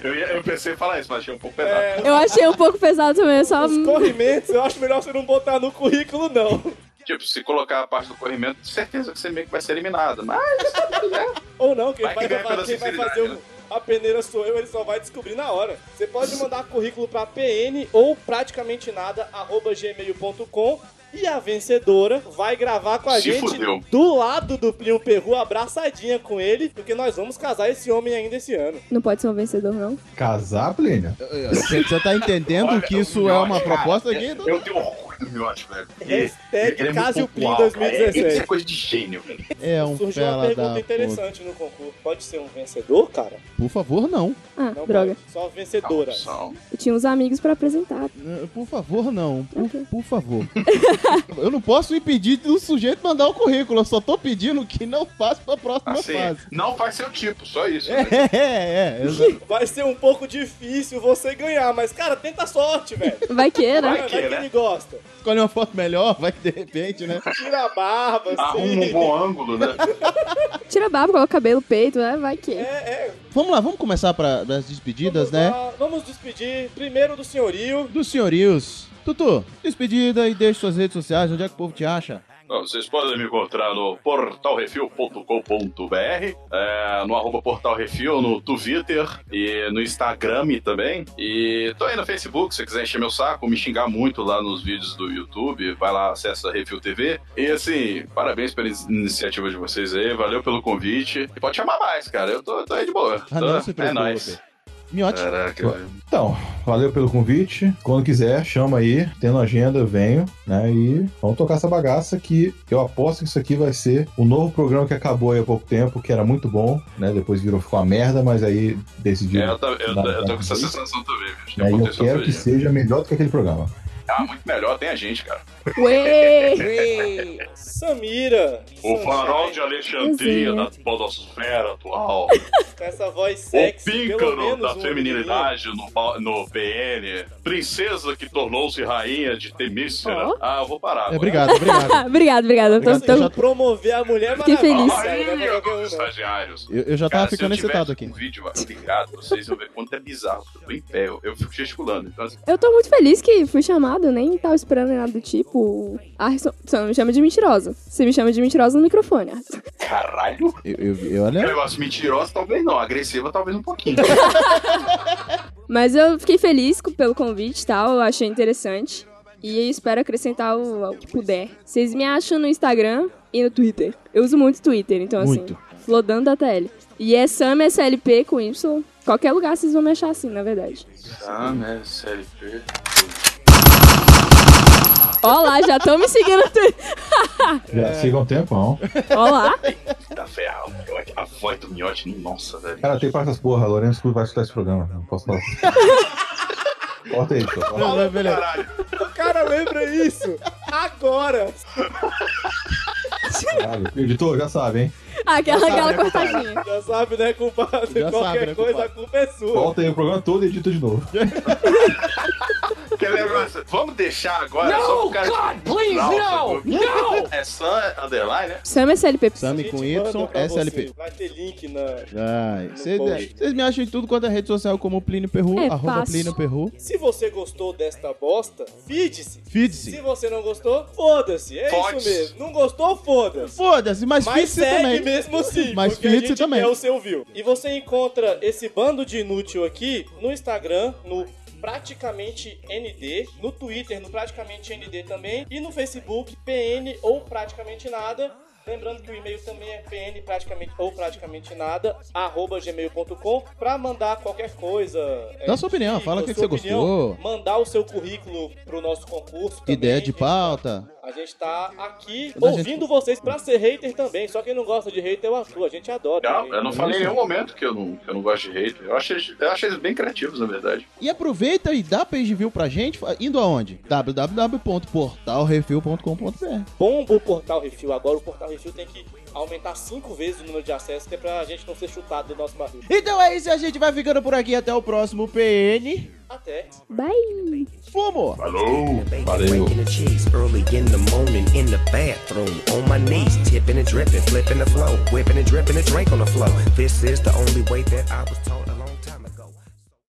[SPEAKER 5] Eu, ia- eu pensei em falar isso, mas achei um pouco pesado.
[SPEAKER 6] Eu achei um pouco pesado também, só.
[SPEAKER 3] os corrimentos. Eu acho melhor você não botar no currículo, não.
[SPEAKER 5] Tipo, se colocar a parte do corrimento, certeza que você meio que vai ser eliminado. Mas é né?
[SPEAKER 3] Ou não, quem
[SPEAKER 5] Vai
[SPEAKER 3] vai,
[SPEAKER 5] que ganha
[SPEAKER 3] fazer,
[SPEAKER 5] pela
[SPEAKER 3] quem vai
[SPEAKER 5] sinceridade,
[SPEAKER 3] fazer o-
[SPEAKER 5] né?
[SPEAKER 3] a peneira sou eu, ele só vai descobrir na hora. Você pode mandar currículo pra pn ou praticamente nada, arroba gmail.com. E a vencedora vai gravar com a
[SPEAKER 5] Se
[SPEAKER 3] gente
[SPEAKER 5] fudeu.
[SPEAKER 3] do lado do Plinio Perru, abraçadinha com ele, porque nós vamos casar esse homem ainda esse ano.
[SPEAKER 6] Não pode ser um vencedor, não.
[SPEAKER 8] Casar, Plínio?
[SPEAKER 2] Você você tá entendendo
[SPEAKER 5] Olha,
[SPEAKER 2] que
[SPEAKER 5] o
[SPEAKER 2] isso é uma
[SPEAKER 5] Miotti,
[SPEAKER 2] proposta
[SPEAKER 5] cara,
[SPEAKER 2] aqui?
[SPEAKER 5] Eu, eu tenho orgulho do Miotti, velho. porque
[SPEAKER 3] Hashtag
[SPEAKER 5] ele é muito
[SPEAKER 3] Casio
[SPEAKER 5] pontual,
[SPEAKER 3] Plin
[SPEAKER 5] cara.
[SPEAKER 3] 2017.
[SPEAKER 5] Isso é coisa de gênio, velho.
[SPEAKER 2] É um
[SPEAKER 3] Surgiu uma
[SPEAKER 2] fela da
[SPEAKER 3] pergunta
[SPEAKER 2] puta.
[SPEAKER 3] interessante no concurso. Pode ser um vencedor, cara?
[SPEAKER 2] Por favor, não.
[SPEAKER 6] Ah,
[SPEAKER 3] Não
[SPEAKER 6] droga.
[SPEAKER 3] pode. Só vencedora.
[SPEAKER 5] São-
[SPEAKER 6] Eu tinha uns amigos pra apresentar.
[SPEAKER 2] Eh, Por favor, não. Por, por favor. eu não posso impedir do sujeito mandar o currículo. Eu só tô pedindo que não passe pra próxima
[SPEAKER 5] Assim,
[SPEAKER 2] fase.
[SPEAKER 5] não faz seu tipo, só isso.
[SPEAKER 2] É,
[SPEAKER 5] né?
[SPEAKER 2] é, é. exa-
[SPEAKER 3] Vai ser um pouco difícil você ganhar, mas, cara, tenta a sorte, velho.
[SPEAKER 6] Vai que, né?
[SPEAKER 3] Vai, vai
[SPEAKER 5] que,
[SPEAKER 3] que
[SPEAKER 5] né?
[SPEAKER 3] ele gosta.
[SPEAKER 2] Escolhe uma foto melhor, vai que de repente, né?
[SPEAKER 3] Tira a barba,
[SPEAKER 5] Arruma um
[SPEAKER 3] assim.
[SPEAKER 5] bom ângulo, né?
[SPEAKER 6] Tira a barba, coloca cabelo, peito, né? Vai que.
[SPEAKER 3] É, é.
[SPEAKER 2] Vamos lá, vamos começar pra, das despedidas,
[SPEAKER 3] Vamos
[SPEAKER 2] né?
[SPEAKER 3] lá, Vamos despedir primeiro do senhorio.
[SPEAKER 2] Dos senhorios. Tutu, despedida e deixe suas redes sociais, onde é que o povo te acha?
[SPEAKER 5] Não, vocês podem me encontrar no portalrefil.com.br, é, no arroba portalrefil, no Twitter e no Instagram também. E tô aí no Facebook, se você quiser encher meu saco, me xingar muito lá nos vídeos do YouTube, vai lá, acessa Refil TV. E assim, parabéns pela iniciativa de vocês aí, valeu pelo convite. E pode chamar mais, cara, eu tô, tô aí de boa.
[SPEAKER 2] Ah,
[SPEAKER 5] Tô-
[SPEAKER 2] não se
[SPEAKER 5] é
[SPEAKER 2] preocupe. É,
[SPEAKER 5] nóis. É,
[SPEAKER 2] Miote.
[SPEAKER 5] Caraca,
[SPEAKER 2] Pô.
[SPEAKER 5] velho.
[SPEAKER 8] Então, valeu pelo convite. Quando quiser, chama aí. Tendo agenda, eu venho, né? E vamos tocar essa bagaça que eu aposto que isso aqui vai ser o novo programa que acabou aí há pouco tempo, que era muito bom, né? Depois virou, ficou uma merda, mas aí
[SPEAKER 5] É,
[SPEAKER 8] decidiram.
[SPEAKER 5] eu, tô- eu tô- eu tô com essa sensação também, bicho. que
[SPEAKER 8] né, e eu
[SPEAKER 5] aconteceu
[SPEAKER 8] quero
[SPEAKER 5] outro
[SPEAKER 8] que
[SPEAKER 5] dia.
[SPEAKER 8] seja melhor do que aquele programa.
[SPEAKER 5] Ah, muito melhor, tem a gente, cara.
[SPEAKER 6] Uê!
[SPEAKER 3] Samira.
[SPEAKER 5] O
[SPEAKER 3] Sunshine,
[SPEAKER 5] farol de Alexandria da
[SPEAKER 6] Exato.
[SPEAKER 3] é.
[SPEAKER 5] podosfera atual.
[SPEAKER 3] Com essa voz
[SPEAKER 5] O
[SPEAKER 3] sexy. pelo
[SPEAKER 5] píncaro
[SPEAKER 3] menos
[SPEAKER 5] da
[SPEAKER 3] um
[SPEAKER 5] feminilidade no, pa- no PN. Princesa que tornou-se rainha de Temícera.
[SPEAKER 6] Ó.
[SPEAKER 5] Ah, eu vou parar.
[SPEAKER 2] É,
[SPEAKER 5] agora.
[SPEAKER 2] obrigado, obrigado.
[SPEAKER 6] Ah, obrigado, obrigado. Eu tô,
[SPEAKER 3] menino.
[SPEAKER 2] Obrigado,
[SPEAKER 6] tô...
[SPEAKER 3] Conseguiu promover a mulher
[SPEAKER 6] Fiquei feliz.
[SPEAKER 5] Ah,
[SPEAKER 3] maravilhosa. Não é
[SPEAKER 5] aí,
[SPEAKER 3] pra
[SPEAKER 5] meus
[SPEAKER 3] qualquer um, não.
[SPEAKER 5] estagiários.
[SPEAKER 2] Eu, eu já
[SPEAKER 5] Cara,
[SPEAKER 2] tava
[SPEAKER 5] se
[SPEAKER 2] ficando
[SPEAKER 5] eu tivesse
[SPEAKER 2] excitado aqui.
[SPEAKER 5] um vídeo ligado, vocês iam ver quanto é bizarro. Eu tô em pé, eu, eu fico gesticulando. Então, assim,
[SPEAKER 6] eu tô muito feliz que fui chamada, nem tava esperando nada do tipo. Arson, você não me chama de mentirosa. Você me chama de mentirosa no microfone, Arson.
[SPEAKER 5] caralho.
[SPEAKER 2] Eu, eu- eu-
[SPEAKER 5] É um
[SPEAKER 2] olha,
[SPEAKER 5] negócio mentiroso, talvez não. Agressiva, talvez um pouquinho.
[SPEAKER 6] Mas eu fiquei feliz com- pelo convite e tal, eu achei interessante. E espero acrescentar o, o que puder. Vocês me acham no Instagram e no Twitter. Eu uso muito Twitter, então
[SPEAKER 2] Muito.
[SPEAKER 6] assim. Flodando da TL. E é Sam SLP com Y. Qualquer lugar vocês vão me achar assim, na verdade.
[SPEAKER 5] ah, né, CLP.
[SPEAKER 6] Ó lá, já estão me seguindo no Twitter.
[SPEAKER 8] Já siga um tempão.
[SPEAKER 6] Ó lá.
[SPEAKER 5] Tá ferrado. A voz do miote, nossa, velho.
[SPEAKER 8] Cara, tem para essas porra. Lourenço Cruz vai escutar esse programa. Não posso falar. Corta aí, pessoal.
[SPEAKER 2] não, não, beleza.
[SPEAKER 5] Caralho.
[SPEAKER 3] O cara lembra isso. Agora.
[SPEAKER 8] Claro. Editor, já sabe, hein?
[SPEAKER 6] Aquela,
[SPEAKER 3] sabe,
[SPEAKER 6] aquela
[SPEAKER 3] né,
[SPEAKER 6] cortadinha.
[SPEAKER 3] Já sabe, né, culpado?
[SPEAKER 2] Já sabe,
[SPEAKER 3] Qualquer
[SPEAKER 2] né,
[SPEAKER 3] coisa,
[SPEAKER 2] culpado?
[SPEAKER 3] a culpa é sua.
[SPEAKER 8] Volta aí o programa todo e edita de novo.
[SPEAKER 5] Quer lembrar? Vamos deixar agora só pro cara. God, please, não! Não! É Sam Underline, né?
[SPEAKER 6] Sam SLP.
[SPEAKER 3] A
[SPEAKER 2] Sami
[SPEAKER 3] gente
[SPEAKER 2] com
[SPEAKER 3] manda
[SPEAKER 2] Y,
[SPEAKER 3] pra
[SPEAKER 2] SLP.
[SPEAKER 3] você. Vai ter link na...
[SPEAKER 2] Ai,
[SPEAKER 3] post.
[SPEAKER 2] Vocês me acham em tudo quanto é rede social como Plínio Perru,
[SPEAKER 6] É
[SPEAKER 2] arroba
[SPEAKER 6] fácil.
[SPEAKER 2] Plínio Perru.
[SPEAKER 3] Se você gostou desta bosta, fide-se.
[SPEAKER 2] Feed-se.
[SPEAKER 3] Se você não gostou, foda-se. É
[SPEAKER 5] Pode.
[SPEAKER 3] isso mesmo. Não gostou, foda-se.
[SPEAKER 2] Foda-se, mas,
[SPEAKER 3] Mas
[SPEAKER 2] feed-se
[SPEAKER 3] segue
[SPEAKER 2] também.
[SPEAKER 3] mesmo sim,
[SPEAKER 2] Mas
[SPEAKER 3] porque a
[SPEAKER 2] feed-se
[SPEAKER 3] gente
[SPEAKER 2] também.
[SPEAKER 3] quer o seu view. E você encontra esse bando de inútil aqui no Instagram, no Praticamente ND, no Twitter, no Praticamente ND também, e no Facebook, PN ou Praticamente Nada. Lembrando que o e-mail também é pn praticamente ou praticamente nada, arroba gmail.com, pra mandar qualquer coisa. é,
[SPEAKER 2] Dá sua opinião,
[SPEAKER 3] dica,
[SPEAKER 2] fala o que
[SPEAKER 3] sua
[SPEAKER 2] que você
[SPEAKER 3] opinião,
[SPEAKER 2] gostou.
[SPEAKER 3] Mandar o seu currículo pro nosso concurso. também.
[SPEAKER 2] Ideia de
[SPEAKER 3] A gente tá-
[SPEAKER 2] pauta.
[SPEAKER 3] a gente tá aqui
[SPEAKER 2] Quando a gente-
[SPEAKER 3] ouvindo vocês pra ser hater também. Só quem não gosta de hater é o Arthur. A gente adora.
[SPEAKER 5] Não,
[SPEAKER 3] gente.
[SPEAKER 5] eu não falei em nenhum momento que eu não, que eu não gosto de hate. Eu achei, eu achei eles bem criativos, na verdade.
[SPEAKER 2] E aproveita e dá page view pra gente, fa- indo aonde? www.portalrefil.com.br
[SPEAKER 3] Bomba o Portal Refil. Agora o Portal Refil tem que aumentar cinco vezes o número de acessos, que é pra gente não ser chutado do nosso barril.
[SPEAKER 2] Então é isso, a gente vai ficando por aqui até o próximo PN.
[SPEAKER 3] Até.
[SPEAKER 6] Bye.
[SPEAKER 2] Fumo!
[SPEAKER 5] Falou!
[SPEAKER 7] Bacon,
[SPEAKER 5] Valeu!
[SPEAKER 7] waking the cheese early in the morning in the bathroom. On my knees, tipping and dripping, flipping the flow, whipping and dripping and drink on the flow. This is the only way that I was taught.